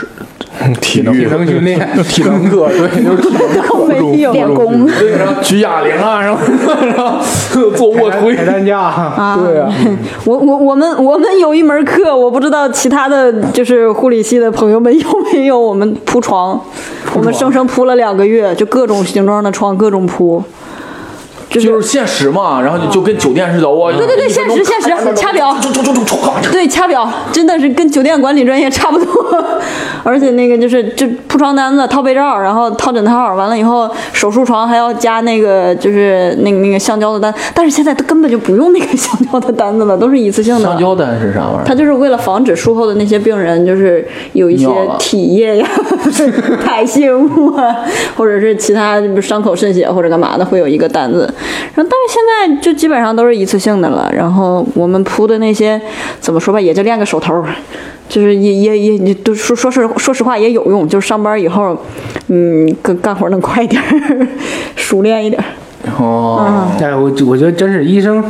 S3: 体
S2: 体
S3: 育
S2: 能 训练，
S1: 体能课？对，就是体能课。
S4: 没有
S5: 练功，
S1: 对，然后举哑铃啊，然后然后做卧推。
S2: 抬担 架，
S1: 对啊，
S4: 我我我们我们有一门课，我不知道其他的就是护理系的朋友们有没有。我们铺床，我们生生铺了两个月，就各种形状的床，各种铺。就
S1: 就是是限时嘛，然后你就跟酒店似的，我对
S4: 对对限时限时掐表
S1: 就就就就就
S4: 对掐表，真的是跟酒店管理专业差不多。而且那个就是就铺床单子、套被罩，然后套枕套，完了以后手术床还要加那个就是那个那个橡胶的单，但是现在都根本就不用那个 橡胶的单子了，都是一次性的。
S1: 橡胶单是啥玩意
S4: 他
S1: 儿？
S4: 就是为了防止术后的那些病人，就是有一些
S1: 尿了
S4: 体液呀、 排泄物啊，或者是其他比如伤口渗血或者干嘛的，会有一个单子。然后，但是现在就基本上都是一次性的了。然后我们铺的那些怎么说吧，也就练个手头儿，就是也也也也都说说实说实话也有用，就是上班以后，嗯，干干活能快点儿， 熟练一点。
S1: 哦，
S2: 哎，我我觉得真是医生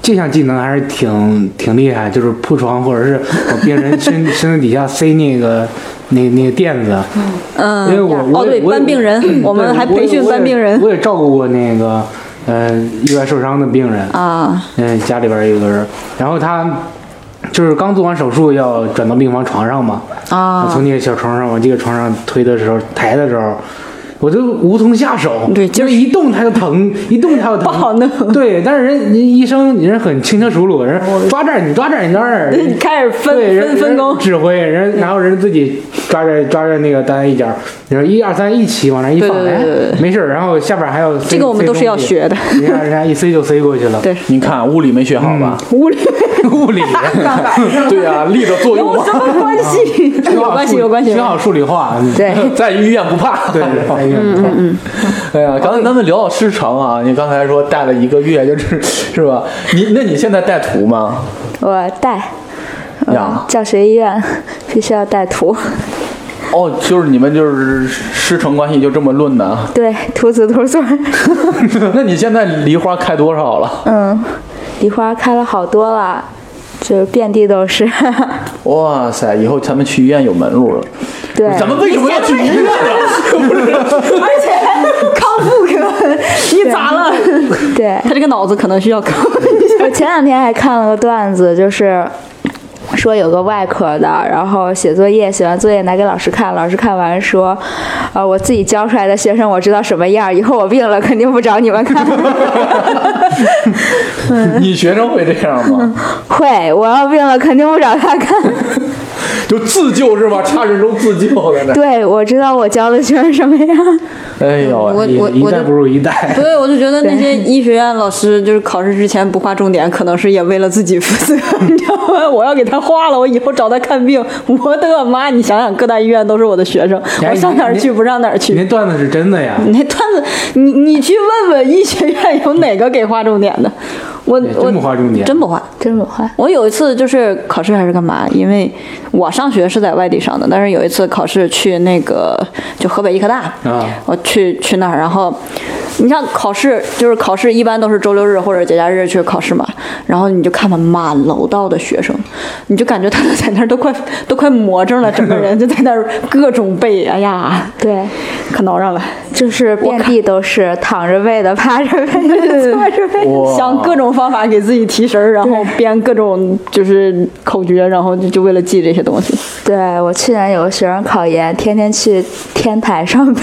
S2: 这项技能还是挺挺厉害，就是铺床或者是往病人 身身体底下塞那个那那个垫子，
S4: 嗯，
S2: 因为我我
S4: 哦对，
S2: 我
S4: 搬病人，我们
S2: 对
S4: 还培
S2: 也
S4: 训
S2: 我也
S4: 搬病人
S2: 我也照顾过那个呃意外受伤的病人，
S4: 啊，
S2: 嗯，家里边儿有一个人，然后他就是刚做完手术要转到病房床上嘛，
S4: 啊
S2: 从那个小床上往这个床上推的时候，抬的时候。我就无从下手，
S4: 对
S2: 就是一动他就疼，一动他就疼，
S4: 不好弄
S2: 对，但是人人医生人很轻车熟路，人抓这儿你抓这儿你抓这儿，人
S4: 开始 分
S2: 对人
S4: 分分工
S2: 人指挥人，然后人自己抓着抓着那个单一角，然后一二三一起往那一放，
S4: 对对对对
S2: 哎，没事儿，然后下边还有
S4: 这个我们都是要学的。
S2: 人家人家一塞就塞过去了，
S4: 对
S1: 你看物理没学好吧？
S4: 物理
S2: 物理
S1: 对呀，力的作用
S4: 有
S1: 嘛
S4: 什，么关系？有关系，有关系。
S2: 学好数理化，
S4: 对，
S1: 在医院不怕。
S2: 对，哎呀
S4: 嗯
S1: 哎呀，刚才咱们聊到失常啊，你刚才说带了一个月，就是是吧？你那你现在带图吗？
S5: 我带。
S1: 呀
S5: 嗯，教学医院 必须要带图，
S1: 哦，就是你们就是师承关系就这么论的 啊？
S5: 对，徒子徒孙。
S1: 那你现在梨花开多少了？
S5: 嗯，梨花开了好多了，就是遍地都是。
S1: 哇塞，以后咱们去医院有门路了。
S5: 对，
S1: 哎咱们为什么要去医院呢？不是，
S4: 而且康复科，你咋了？
S5: 对，
S4: 他这个脑子可能需要康复。
S5: 我前两天还看了个段子，就是说有个外科的，然后写作业，写完作业拿给老师看，老师看完说：“呃，我自己教出来的学生我知道什么样，以后我病了肯定不找你们看。
S1: 你学生会这样吗？
S5: 会，我要病了肯定不找他看。
S1: 就自救是吧？插着中自救在那。
S5: 对，我知道我教的学生什么样。
S1: 哎呦
S4: 我
S1: 喂，
S2: 一
S4: 嗯我
S2: 一
S4: 我
S2: 代不
S4: 就。
S2: 如一代。
S4: 对，我就觉得那些医学院老师就是考试之前不画重点，可能是也为了自己负 责，你知道吗？我要给他画了，我以后找他看病，哎我的妈！你想想，各大医院都是我的学生，
S2: 哎
S4: 我上哪儿
S2: 你
S4: 去不上哪儿
S2: 你
S4: 去嗯
S2: 那。段子是真的呀？
S4: 你那段子，你你去问问医学院有哪个给划重点的？我
S2: 对
S4: 我
S2: 真不划重点
S4: 真不划。
S5: 真不坏，
S4: 我有一次就是考试还是干嘛，因为我上学是在外地上的，但是有一次考试去那个就河北医科大，
S2: 啊
S4: 我去去那儿，然后你像考试就是考试一般都是周六日或者节假日去考试嘛，然后你就看吧，满楼道的学生，你就感觉他们在那儿都快都快魔怔了，整个人就在那儿各种背，哎呀，
S5: 对，
S4: 可挠上了，
S5: 就是遍地都是，躺着背的，趴着背
S4: 嗯
S5: 的，坐着背的。
S1: 哇
S4: 想各种方法给自己提神儿，然后编各种就是口诀，然后就就为了记这些东西。
S5: 对我去年有个学生考研，天天去天台上背，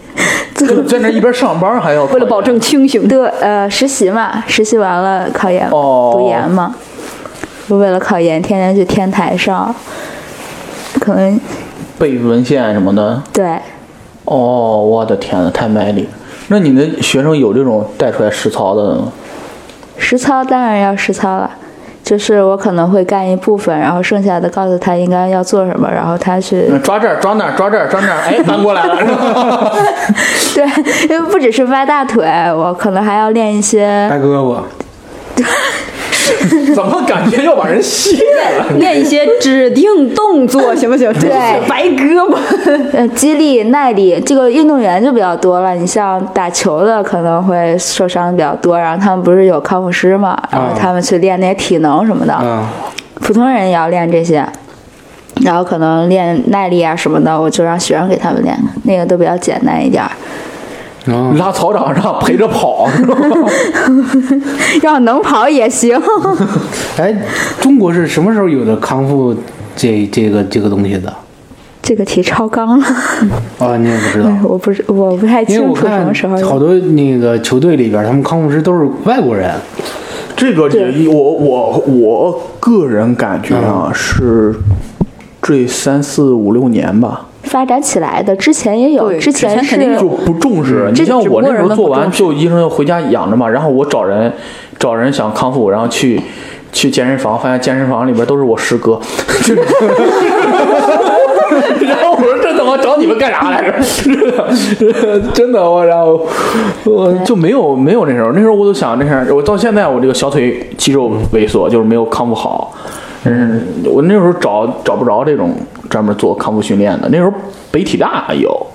S1: 就是在那一边上班还要
S4: 为了保证 清醒。
S5: 对，呃，实习嘛，实习完了考研，
S1: 哦
S5: 读研嘛，就为了考研，天天去天台上，可能
S1: 背文献什么的。
S5: 对，
S1: 哦，我的天呐，太卖力了！那你的学生有这种带出来实操的吗？
S5: 实操当然要实操了，就是我可能会干一部分，然后剩下的告诉他应该要做什么，然后他去，
S4: 嗯
S1: 抓这儿，抓那儿，抓这儿，抓那儿，哎，搬过来了。 是吧
S5: 对，因为不只是掰大腿，我可能还要练一些
S4: 哎
S2: 大哥我，
S1: 怎么感觉要把人卸了？
S4: 练一些指定动作 行不行？真是白胳膊。
S5: 呃，肌力、耐力，这个运动员就比较多了。你像打球的可能会受伤比较多，然后他们不是有康复师嘛，然
S2: 啊
S5: 后他们去练那些体能什么的。
S2: 嗯，
S5: 普通人也要练这些，然后可能练耐力啊什么的，我就让学生给他们练，那个都比较简单一点儿。
S2: 哦
S1: 拉操场上陪着跑，是吧？
S5: 要能跑也行。
S2: 哎，中国是什么时候有的康复这这个这个东西的？
S5: 这个题超纲了，
S2: 啊，你也不知道，
S5: 我不是我不太嗯
S2: 因为
S5: 清
S2: 我
S5: 楚什
S2: 看
S5: 么时候有。
S2: 好多那个球队里边，他们康复师都是外国人。
S1: 这个也我我我个人感觉
S2: 嗯
S1: 啊，是这三四五六年吧，
S5: 发展起来的，之前也有，
S4: 对
S5: 之前
S4: 之前肯定
S5: 是
S1: 就不重视。
S4: 这
S1: 你像
S4: 只不
S1: 我
S4: 过
S1: 那时
S4: 人
S1: 候
S4: 们
S1: 做
S4: 不
S1: 完，
S4: 重视
S1: 就医生要回家养着嘛，然后我找人找人想康复，然后去去健身房，发现健身房里边都是我师哥。就是 然后我说这怎么找你们干啥来着？真的， 真的，我然后我就没有没有那时候，那时候我都想那啥，我到现在我这个小腿肌肉萎缩，就是没有康复好。嗯，我那时候找找不着这种专门做康复训练的，那时候北体大有，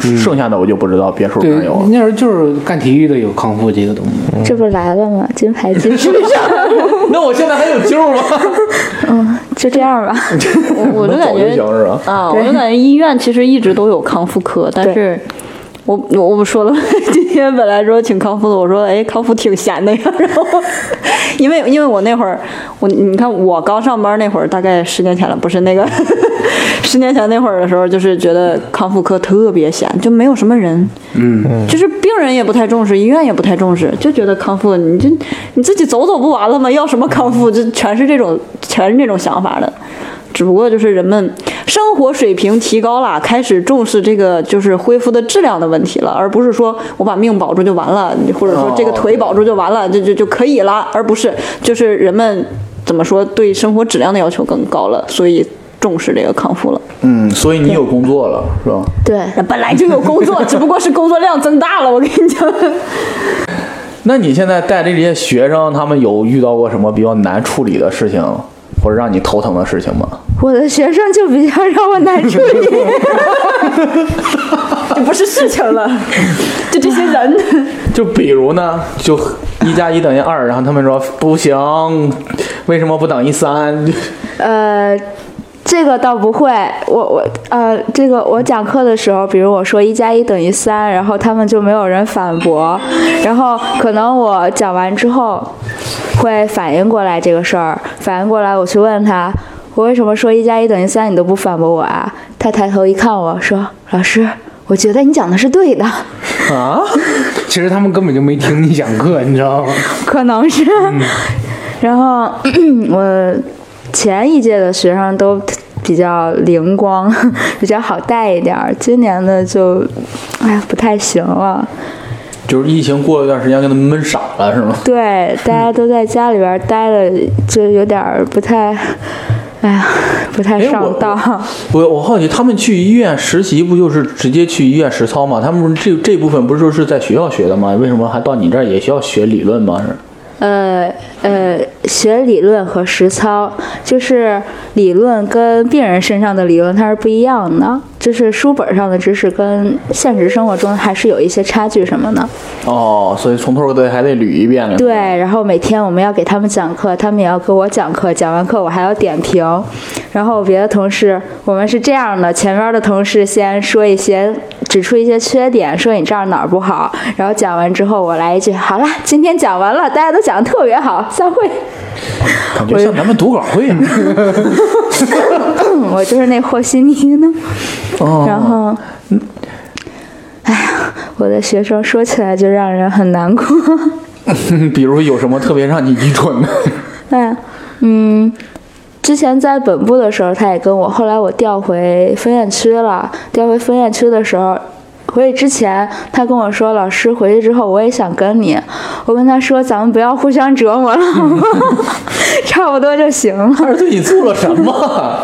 S1: 剩下的我就不知道别处哪
S2: 对
S1: 儿有了，。
S2: 那时候哎就是干体育的有康复这个东西。
S5: 这不来了吗？金牌 金身上，
S1: 那我现在还有救吗？
S5: 就这 样吧。
S4: 我我就
S1: 能
S4: 感
S1: 走就
S4: 觉
S1: 行是吧？
S4: 啊，我就感觉医院其实一直都有康复科，但
S5: 对
S4: 是我我我不说了， 今天本来说请康复的，我说哎康复挺闲的呀， 然后因为因为我那会儿我你看我刚上班那会儿，大概十年前了，不是那个 十年前那会儿的时候，就是觉得康复科特别闲，就没有什么人，嗯，就是病人也不太重视，医院也不太重视，就觉得康复你就你自己走走不完了吗？要什么康复？就全是这种全是这种想法的。只不过就是人们生活水平提高了，开始重视这个就是恢复的质量的问题了，而不是说我把命保住就完了，或者说这个腿保住就完了，就就就可以了，而不是就是人们怎么说对生活质量的要求更高了，所以重视这个康复了。
S1: 嗯，所以你有工作了是吧？
S5: 对，
S4: 本来就有工 作，只不过是工作量增大了。我跟你讲，
S1: 那你现在带的这些学生，他们有遇到过什么比较难处理的事情，或者让你头疼的事情吗？
S5: 我的学生就比较让我难处理。
S4: 这不是事情 了，就这些人。
S1: 就比如呢，就一加一等于二，然后他们说不行，为什么不等于三？
S5: 呃，这个倒不会，我我呃，这个我讲课的时候，比如我说一加一等于三，然后他们就没有人反驳，然后可能我讲完之后会反应过来这个事儿，反应过来我去问他，我为什么说一加一等于三，你都不反驳我啊？他抬头一看我说，老师，我觉得你讲的是对的，
S1: 啊？
S2: 其实他们根本就没听你讲课，你知道吗？
S5: 可能是。
S1: 嗯
S5: 然后 我前一届的学生都比较灵光， 比较好带一点儿，今年的就，哎呀，不太行了。
S1: 就是疫情过一段时间，给他们闷傻了是吗？
S5: 对，
S1: 嗯
S5: 大家都在家里边儿待的，就有点儿不太，哎呀，不太
S1: 哎我
S5: 上道。
S1: 我我好奇，他们去医院实习不就是直接去医院实操吗？他们这这部分不是说是在学校学的吗？为什么还到你这儿也需要学理论吗？是？
S5: 呃呃，学理论和实操，就是理论跟病人身上的理论它是不一样的，就是书本上的知识跟现实生活中还是有一些差距什么的。
S1: 哦，所以从头儿到尾还得捋一遍了。
S5: 对，然后每天我们要给他们讲课，他们也要给我讲课，讲完课我还要点评。然后别的同事，我们是这样的：前面的同事先说一些，指出一些缺点，说你这儿哪儿不好。然后讲完之后，我来一句：“好了，今天讲完了，大家都讲的特别好，散会。
S1: 感觉像咱们读稿会啊。
S5: 嗯”我就是那和稀泥呢。
S1: 哦，
S5: 然后，哎呀，我的学生说起来就让人很难过。
S1: 比如有什么特别让你愚 蠢的？
S5: 哎，嗯，之前在本部的时候，他也跟我，后来我调回分院区了。调回分院区的时候，回去之前，他跟我说：“老师，回去之后我也想跟你。”我跟他说：“咱们不要互相折磨了，好吗？差不多就行了。”
S1: 他是 对你做了什么？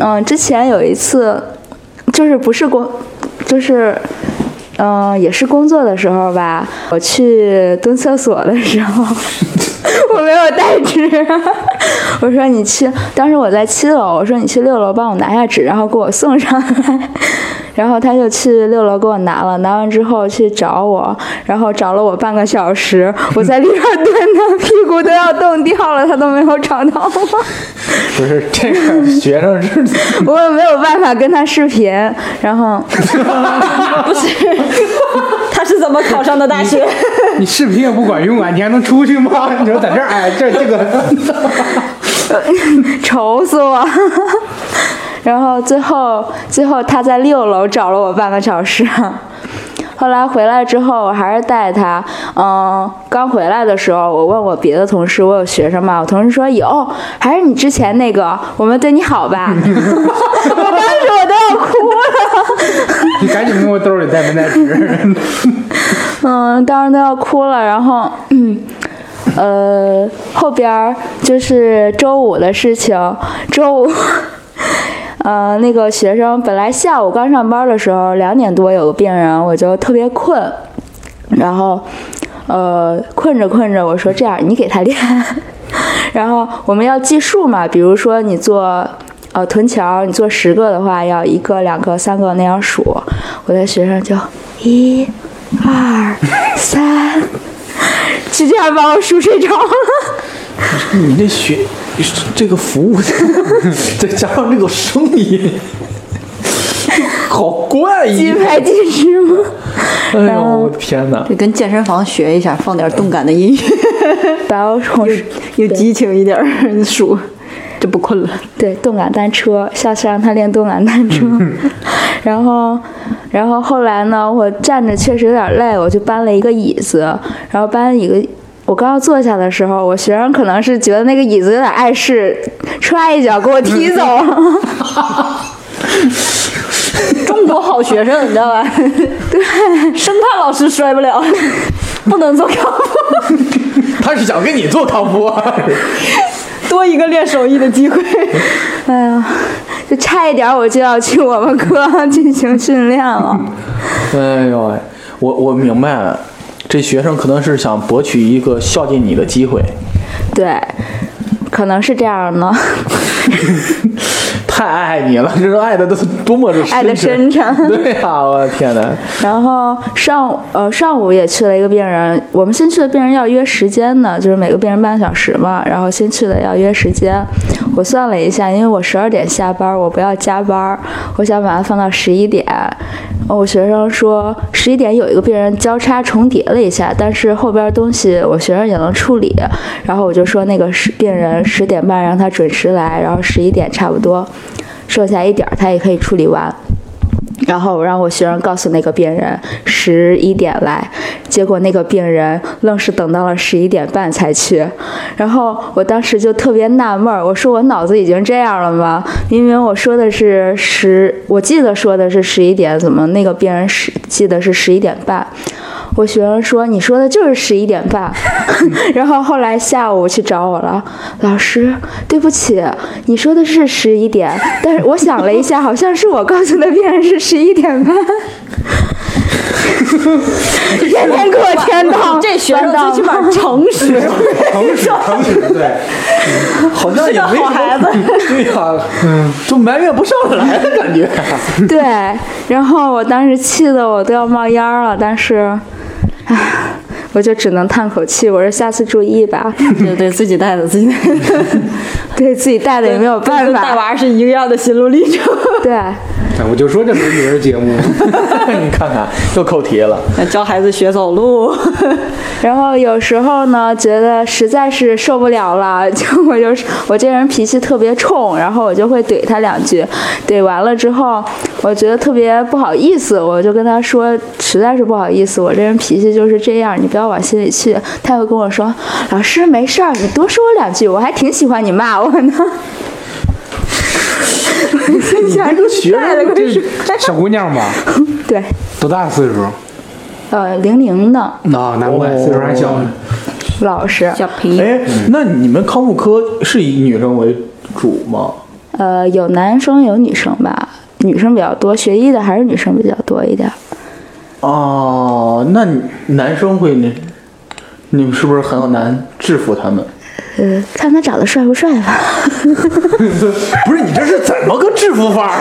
S5: 嗯，之前有一次，就是不是工，就是，嗯、也是工作的时候吧，我去蹲厕所的时候， 我没有带纸， 我说你去，当时我在七楼，我说你去六楼帮我拿下纸，然后给我送上来。 然后他就去六楼给我拿了，拿完之后去找我，然后找了我半个小时，我在里边蹲的屁股都要冻掉了，他都没有找到我。
S1: 不是这个 学生是
S5: 我也没有办法跟他视频，然后
S4: 不是，他是怎么考上的大学？
S2: 你视频也不管用啊，你还能出去吗？你说在这儿，哎，这这个，
S5: 愁死我。 然后最后最后他在六楼找了我半个小时， 后来回来之后我还是带他，嗯，刚回来的时候我问我别的同事我有学生吗？我同事说有，还是你之前那个，我们对你好吧？ 我当时我都要哭了。
S2: 你赶紧问我兜里带没带纸。
S5: 嗯，当时都要哭了。然后，嗯，呃，后边儿就是周五的事情，周五。 呃，那个学生本来下午刚上班的时候，两点多有个病人，我就特别困，然后，呃，困着困着，我说这样，你给他练， 然后我们要计数嘛，比如说你做呃臀桥，你做十个的话，要一个、两个、三个那样数。我的学生就一、二、三，就这样把我数睡着了。
S1: 你这学这个服务，再加上这个声音，好怪异
S5: 一！拍即止吗？
S1: 哎呦，
S5: 然后
S1: 我天哪！
S4: 就跟健身房学一下，放点动感的音乐，
S5: 把我哄睡
S4: 有激情一点儿数，就不困了。
S5: 对，动感单车，下次让他练动感单 车。然后，然后后来呢，我站着确实有点累，我就搬了一个椅子，然后搬了一个。我刚要坐下的时候，我学生可能是觉得那个椅子有点碍事，踹一脚给我踢 走了。
S4: 中国好学生，你知道 吧？对，生怕老师摔不了，不能做康复，
S1: 他是想跟你做康复啊，
S4: 多一个练手艺的 机会。
S5: 哎呀，就差一点我就要去我们科 进行训练了。
S1: 哎呦喂，我我明白了，这学生可能是想博取一个孝敬你的机会，
S5: 对，可能是这样呢，
S1: 太爱你了，这是爱的都多么的
S5: 爱的深沉。
S1: 对呀、我的天哪！
S5: 然后上午呃上午也去了一个病人，我们新去的病人要约时间呢，就是每个病人半小时嘛。然后新去的要约时间，我算了一下，因为我十二点下班，我不要加班，我想把它放到十一点。我学生说十一点有一个病人交叉重叠了一下，但是后边东西我学生也能处理。然后我就说那个十病人十点半让他准时来，然后十一点差不多，剩下一点儿他也可以处理完。然后我让我学生告诉那个病人十一点来，结果那个病人愣是等到了十一点半才去，然后我当时就特别纳闷儿，我说我脑子已经这样了吗？ 明明我说的是十，我记得说的是十一点，怎么那个病人十记得是十一点半？我学生说你说的就是十一点 半，然后后来下午去找我了，老师，对不起，你说的是十一点，但是我想了一下，好像是我告诉的病人是十一点 半，天天给我添到，
S4: 这学生最起码诚实，
S1: 诚实，诚实，对，
S2: 哎
S1: 好像也没
S4: 是个好孩子，
S1: 对呀、 嗯，就埋怨不上来的感觉。
S5: 对，然后我当时气得我都要冒烟儿了，但是，唉，我就只能叹口气，我说下次注意吧，
S4: 对对，自己带的，自己带的，
S5: 对自己带的也没有办
S4: 带
S5: 法，
S4: 娃是一个样的心路历程。
S5: 对，
S2: 哎我就说这不是育儿 节目，
S4: 嗯
S1: 你看看，又扣题了。
S4: 教孩子学走路，
S5: 然后有时候呢，觉得实在是受不了了， 就我就是我这人脾气特别冲，然后我就会怼他两句，怼完了之后，我觉得特别不好意思，我就跟他说，实在是不好意思，我这人脾气就是这样，你不要往心里去。他会跟我说，老师没事儿，你多说我两句，我还挺喜欢你骂我呢。 我心想
S1: 这个学 生
S5: 带了个
S1: 这
S2: 小姑娘嘛，
S5: 对，
S2: 多大岁数？啊、
S5: 呃，零零的
S2: 啊难怪岁数还小呢。
S5: 老师，
S4: 小平
S1: 哎，那你们康复科是以女生为主吗？
S5: 呃，有男生有女生吧，女生比较多，学医的还是女生比较多一点。
S1: 哦，那你男生会那，你们是不是很难制服他们？
S5: 呃，看他长得帅不帅吧。
S1: 不是你这是怎么个制服法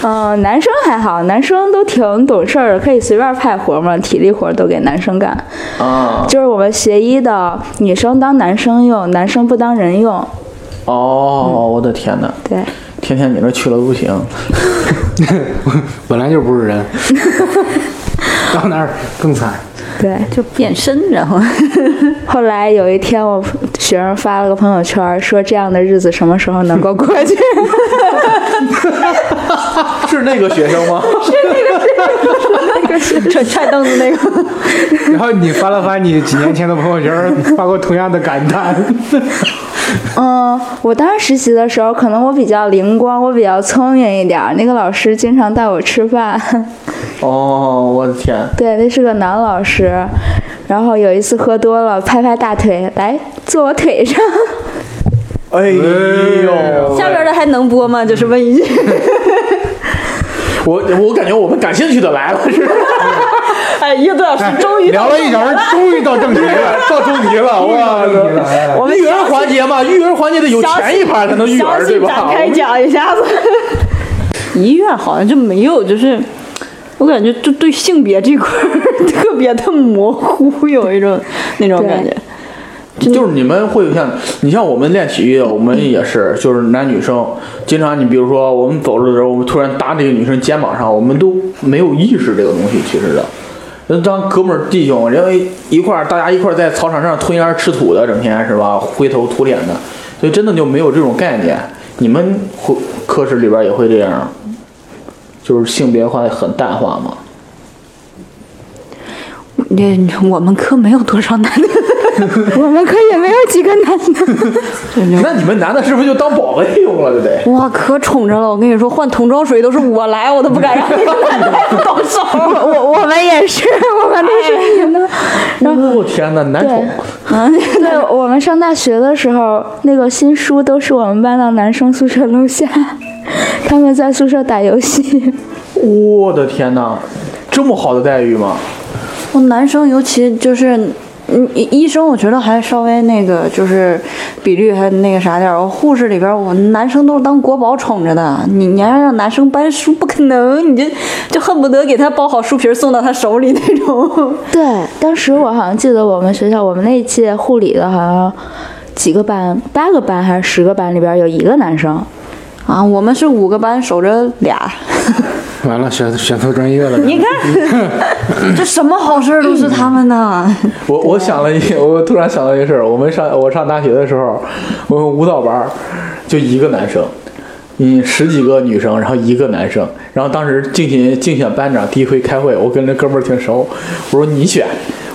S1: 啊？
S5: 嗯、男生还好，男生都挺懂事儿，可以随便派活嘛，体力活儿都给男生干。
S1: 啊，
S5: 就是我们学医的，女生当男生用，男生不当人用。
S1: 哦，我的天哪！
S5: 对，
S1: 天天你这去了不行，
S2: 本来就不是人，到那儿更惨。
S5: 对。
S4: 就变身，然 后
S5: 后来有一天，我学生发了个朋友圈儿，说这样的日子什么时候能够过 去？
S1: 是那个学生吗？
S4: 踹踹凳子那个，
S2: 然后你翻了翻你几年前的朋友圈，发过同样的感叹。
S5: 嗯，我当时实习的时候，可能我比较灵光，我比较聪明一点儿。那个老师经常带我吃饭，
S1: 哦，我的天！
S5: 对，那是个男老师。然后有一次喝多了，拍拍大腿，来坐我腿上。
S1: 哎呦，
S4: 下边的还能播吗？就是问一句，
S1: 我我感觉我们感兴趣的来了，是吧
S4: 哎，一个多小时终于
S2: 聊了一小时，终于到正题了。
S1: 到正题了，哇
S2: 了
S1: 我们育儿环节嘛，育儿环节得有前一盘才能育
S4: 详
S1: 儿，
S4: 细
S1: 对
S4: 展
S1: 吧？
S4: 开讲一下子。医院好像就没有，就是我感觉就对性别这块儿 特别的模糊，有一种那种感觉。
S1: 就是你们会像你像我们练体育，我们也是，就是男女生，经常你比如说我们走路的时候，我们突然搭这个女生肩膀上，我们都没有意识这个东西，其实的。那当哥们儿弟兄，因为一块儿大家一块儿在草场上吞烟吃土的，整天是吧，灰头土脸的，所以真的就没有这种概念。你们会科室里边也会这样，就是性别化很淡化吗？
S4: 那我们科没有多少男的，
S5: 我们科也没有几个男的，
S1: 那你们男的是不是就当保卫用了，对不对？
S4: 哇，可宠着了！我跟你说，换桶装水都是我来，我都不敢让那个男的动手。
S5: 我我我们也是，我们都是女的。
S1: 我、天哪，男宠！
S5: 嗯，对，我们上大学的时候，那个新书都是我们班的男生宿舍楼下， 他们在宿舍打游戏。
S1: 我的天哪，这么好的待遇吗？
S4: 我男生尤其就是，嗯，医医生我觉得还稍微那个就是比率还那个啥点儿。我护士里边儿，我男生都是当国宝宠着的。你你要让男生搬书，不可能，你就就恨不得给他包好书皮儿送到他手里那种。
S5: 对，当时我好像记得我们学校，我们那一届护理的好像几个班，八个班还是十个班里边有一个男生。
S4: 啊，我们是五个班守着俩。
S2: 完了，选选错专业了。
S4: 你看，这什么好事儿都是他们的。
S1: 我我想了一，我突然想到一个事儿。我们上我上大学的时候，我们舞蹈班儿就一个男生，嗯，十几个女生，然后一个男生。然后当时竞选竞选班长，第一回开会，我跟这哥们儿挺熟，我说你选。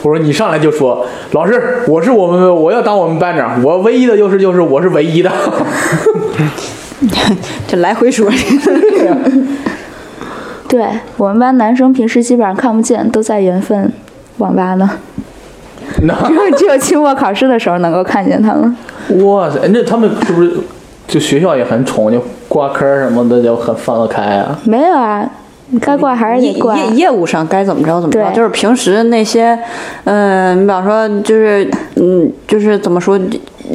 S1: 我说你上来就说，老师，我是我们，我要当我们班长，我唯一的优势就是我是唯一的。
S4: 这来回说，
S5: 对我们班男生平时基本上看不见，都在缘分网吧 呢，
S1: 那
S5: 只有只有期末考试的时候能够看见他们。
S1: 哇塞，那他们是不是就学校也很宠，就挂科什么的就很放得开啊？
S5: 没有啊，你该挂还是
S4: 业
S5: 得挂。
S4: 业业务上该怎么着怎么着，
S5: 对
S4: 就是平时那些，嗯、你比方说就是，嗯，就是怎么说，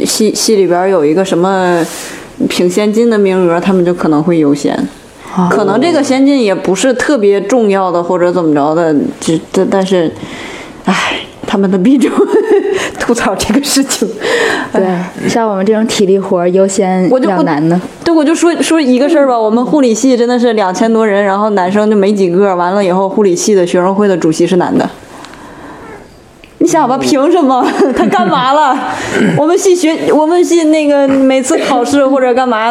S4: 系系里边有一个什么评先进的名额，他们就可能会优先。
S5: 哦
S4: 可能这个先进也不是特别重要的，或者怎么着的，只但但是，唉，他们的 必中吐槽这个事情，
S5: 对，像我们这种体力活儿优先
S4: 我就
S5: 让
S4: 我
S5: 男的。
S4: 对，我就说说一个事儿吧。我们护理系真的是两千多人，然后男生就没几个。完了以后，护理系的学生会的主席是男的。你想
S5: 哦
S4: 吧，凭什么？ 他干嘛了？我们系学，我们系那个每次考试或者干嘛，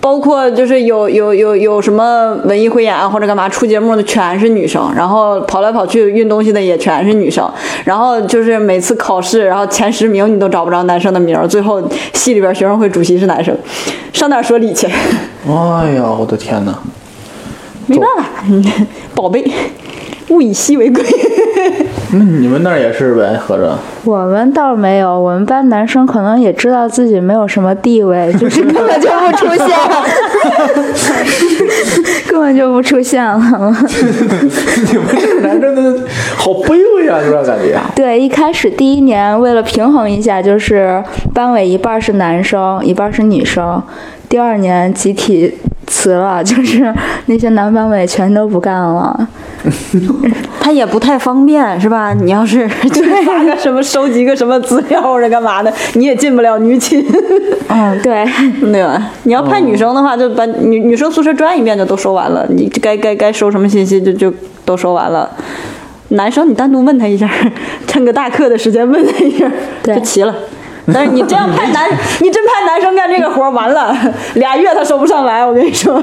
S4: 包括就是有有有有什么文艺汇演啊或者干嘛出节目的全是女生，然后跑来跑去运东西的也全是女生，然后就是每次考试，然后前十名你都找不着男生的名儿，最后系里边学生会主席是男生，上哪儿说理去？
S1: 哎呀，我的天哪！
S4: 没办法，嗯 宝贝，物以稀 为贵。
S1: 那你们那儿也是呗，合着？
S5: 我们倒没有，我们班男生可能也知道自己没有什么地 位，就是根本就不出现， 根本就不出现了。
S1: 你们这男生哎的好卑微啊，有点感觉。
S5: 对，一开始第一年为了平衡一下，就是班委一半是男生，一半是女生。第二年集体辞了，就是那些男班委全都不干了。
S4: 他也不太方便，是吧？你要 是就是发个什么收集个什么资料或者干嘛的，你也进不了女寝，
S5: 嗯，对，
S4: 对吧？你要派女生的话，就把女女生宿舍转一遍就都收完了，你该该该收什么信息就就都收完了。男生你单独问他一下， 趁个大课的时间问他一下
S5: 对
S4: 就齐了。但是你这样派 男，你真派男生干这个活儿，完了俩月他收不上来，我跟你说。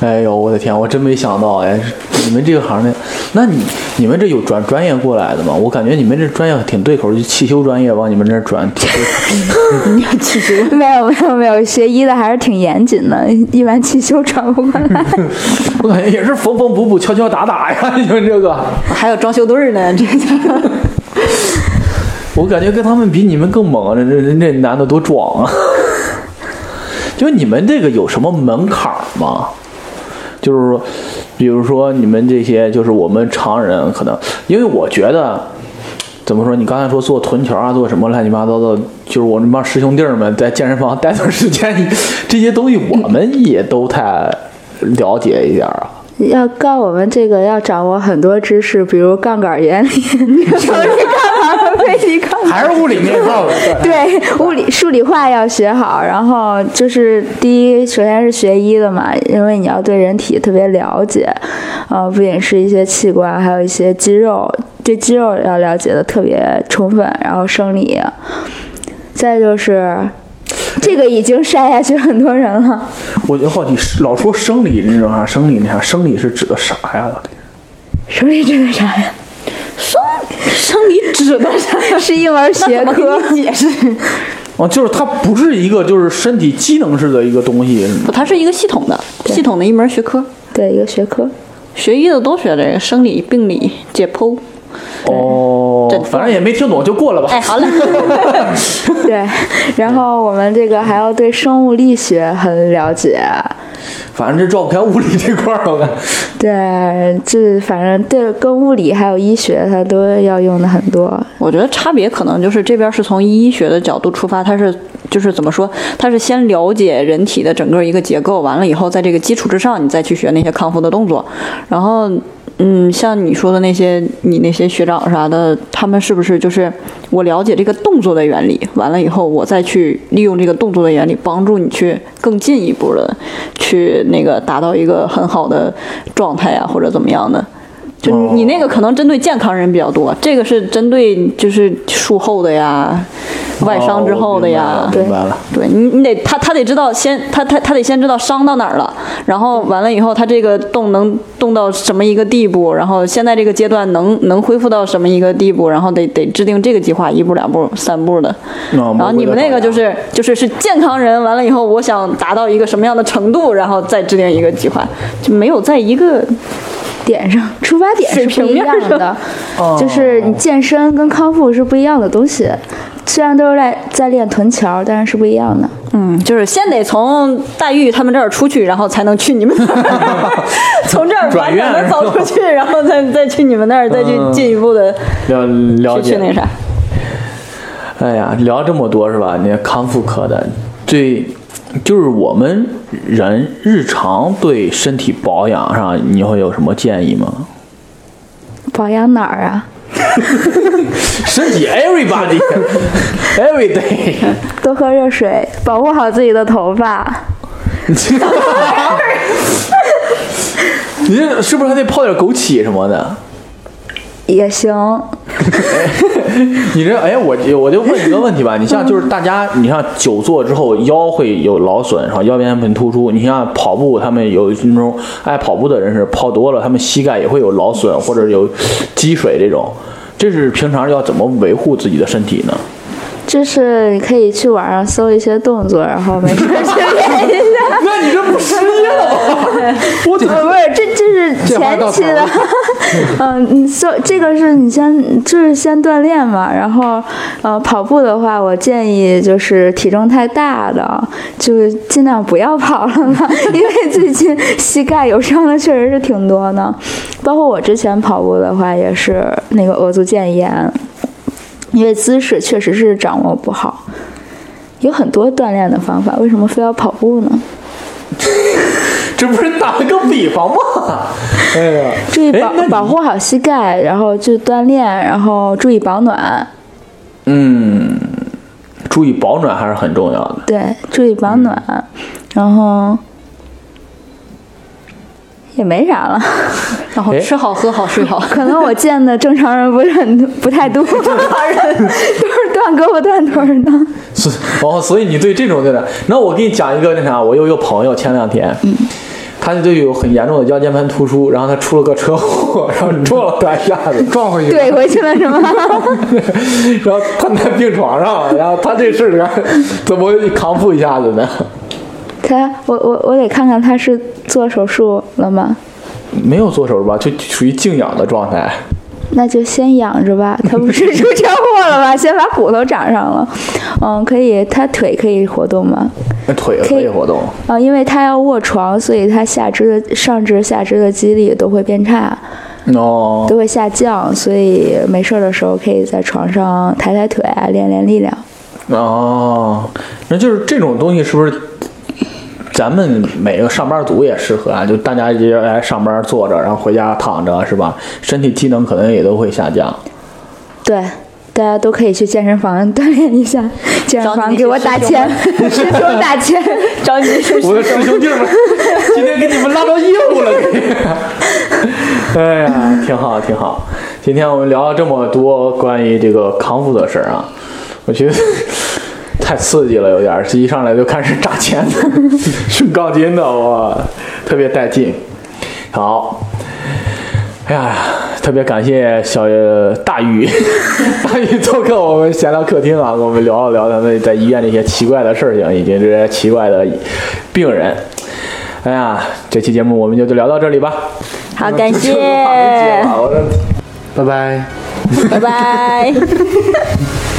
S1: 哎呦，我的天，我真没想到哎，你们这个行业，那你你们这有转专业过来的吗？我感觉你们这专业挺对口，就汽修专业往你们这儿转，挺对口
S5: 没有没有没有，学医的还是挺严谨的， 一般汽修转不过来。
S1: 我感觉也是缝缝补补、敲敲打打呀。你们这个，
S4: 还有装修队儿呢， 这个。
S1: 我感觉跟他们比，你们更猛，啊这这这男的多壮啊！ 就你们这个有什么门槛儿吗？就是说，比如说你们这些，就是我们常人可能，因为我觉得，怎么说？你刚才说做臀桥啊，做什么乱七八糟的，就是我那帮师兄弟儿们在健身房待段时间，这些东西我们也都太了解一点儿啊。
S5: 要告我们这个要掌握很多知识，比如杠杆 原理、什么是杠杆、非理杠杆。
S2: 还是物理那套的。
S5: 对，物理、数理化要学好，然后就是第一，首先是学医的嘛，因为你要对人体特别了解，呃，不仅是一些器官，还有一些肌肉，对肌肉要了解的特别充分，然后生理，再就是。 这个已经筛下去很多人了，
S1: 我就好奇，老说生理那种啥，生理那啥，生理是指的啥呀？
S5: 生理这个啥呀？
S4: 生生理指 的啥？
S5: 是一门学
S4: 那怎么
S5: 科。
S4: 给你解释，
S1: 哦，就是它不是一个就是身体机能式的一个东西，
S4: 不 它是一个系统的系统的一门学科，
S5: 对，一个学科。
S4: 学医的都学这个生理、病理、解剖。
S1: 哦
S4: 对，
S1: 反正也没听懂，就过了吧。
S4: 哎，好嘞，
S5: 对，然后我们这个还要对生物力学很了解。
S1: 反正这绕不开物理这块儿，我感觉。
S5: 对，这反正对跟物理还有医学，它都要用的很多。
S4: 我觉得差别可能就是这边是从医学的角度出发，它是就是怎么说，它是先了解人体的整个一个结构，完了以后在这个基础之上，你再去学那些康复的动作。然后，嗯，像你说的那些，你那些学长啥的，他们是不是就是我了解这个动作的原理，完了以后我再去利用这个动作的原理帮助你去更进一步的去那个达到一个很好的状态啊，或者怎么样的？就
S1: 哦
S4: 你你那个可能针对健康人比较多，这个是针对就是术后的呀，外伤之后的呀
S1: 哦。我明白了。
S4: 对你，你得他他得知道先他他他得先知道伤到哪儿了，然后完了以后他这个动能动到什么一个地步，然后现在这个阶段能能恢复到什么一个地步，然后得得制定这个计划，一步两步三步的。
S1: 嗯
S4: 然后你们那个就是就是是健康人，完了以后我想达到一个什么样的程度，然后再制定一个计划，就没有在一个
S5: 点上，出发点
S4: 水
S5: 是不
S4: 平
S5: 一
S4: 面
S5: 样
S4: 上
S5: 的，就是你健身跟康复是不一样的东西。虽然都是在在练臀桥，但是是不一样的。
S4: 嗯，就是先得从黛玉他们这儿出去，然后才能去你们那 儿，从这儿
S1: 转
S4: 完
S1: 院嗯
S4: 才能走出去，然后再再去你们那儿，再去进一步的
S1: 了了
S4: 去去
S1: 解。
S4: 那啥。
S1: 哎呀，聊这么多是吧？你看康复科的最。就是我们人日常对身体保养上，你会有什么建议吗？
S5: 保养哪儿啊？
S1: 身体 everybody every day，
S5: 多喝热水，保护好自己的头发。
S1: 你这是不是还得泡点枸杞什么的？
S5: 也行，
S1: 你这哎，我就我就问一个问题吧，你像就是大家，你像久坐之后腰会有劳损，然后腰间盘突出。你像跑步，他们有那种爱跑步的人是跑多了，他们膝盖也会有劳损或者有积水这种。这是平常要怎么维护自己的身体呢？
S5: 就是你可以去网上搜一些动作，然后没事儿去练一下。
S1: 那你这不失业了吗？我
S5: 呃，不是，这这是前期的， 嗯，你做这个是你先就是先锻炼嘛，然后呃跑步的话，我建议就是体重太大的就尽量不要跑了嘛， 因为最近膝盖有伤的确实是挺多的，包括我之前跑步的话也是那个额足腱炎，因为姿势确实是掌握不好。有很多锻炼的方法，为什么非要跑步呢？
S1: 这不是打了个比方吗？哎呀，
S5: 注意
S1: 哎
S5: 保
S1: 那你
S5: 保护好膝盖，然后就锻炼，然后注意保暖。
S1: 嗯， 注意保暖还是很重要的。
S5: 对，注意保暖，
S1: 嗯
S5: 然后也没啥 了。
S4: 然后
S1: 哎
S4: 吃好喝好睡好，
S5: 可能我见的正常人不是很不太 多，正常 人都是断胳膊断腿儿的。
S1: 所以哦，所以你对这种就是，那我给你讲一个那啥，我有一个朋友前两天，他就有很严重的腰间盘突出，然后他出了个车祸，然后撞了他一下子，
S2: 撞回去了。
S5: 怼回去了是 吗？
S1: 然后他在病床上，然后他这事儿怎么康复一下子呢？
S5: 他，我我我得看看他是做手术了吗？
S1: 没有做手术吧，就属于静养的状态。
S5: 那就先养着 吧，他不是出车祸了吧？先把骨头长上了，嗯，可以，他腿可以活动吗？
S1: 那腿
S5: 可
S1: 可
S5: 以
S1: 以活动，
S5: 啊，因为他要卧床，所以他下肢的上肢、下肢的肌力都会变差，
S1: 哦，
S5: 都会下降，所以没事儿的时候可以在床上抬抬腿啊，练练力量。
S1: 哦，那就是这种东西是不是咱们每个上班族也适合啊，就大家一直来上班坐着，然后回家躺着，是吧？身体机能可能也都会下降。
S5: 对，大家都可以去健身房锻炼一下，健身
S4: 找
S5: 房
S4: 你
S5: 给我打钱，师兄打 钱，
S4: 找你是
S2: 我的师兄弟们，今天给你们拉到业务了，给。
S1: 哎呀，挺好，挺好。今天我们聊了这么多关于这个康复的事儿啊，我觉得太刺激了，有点儿，一上来就开始炸钱的，顺杠精的，我特别带劲。好，哎呀，特别感谢小呃大宇，大宇做客我们闲聊客厅啊，跟我们聊了聊咱们在医院的一些奇怪的事情，以及这些奇怪的病人。哎呀，这期节目我们就就聊到这里吧。
S4: 好，感谢，
S1: 我这
S2: 拜拜。
S4: 拜拜。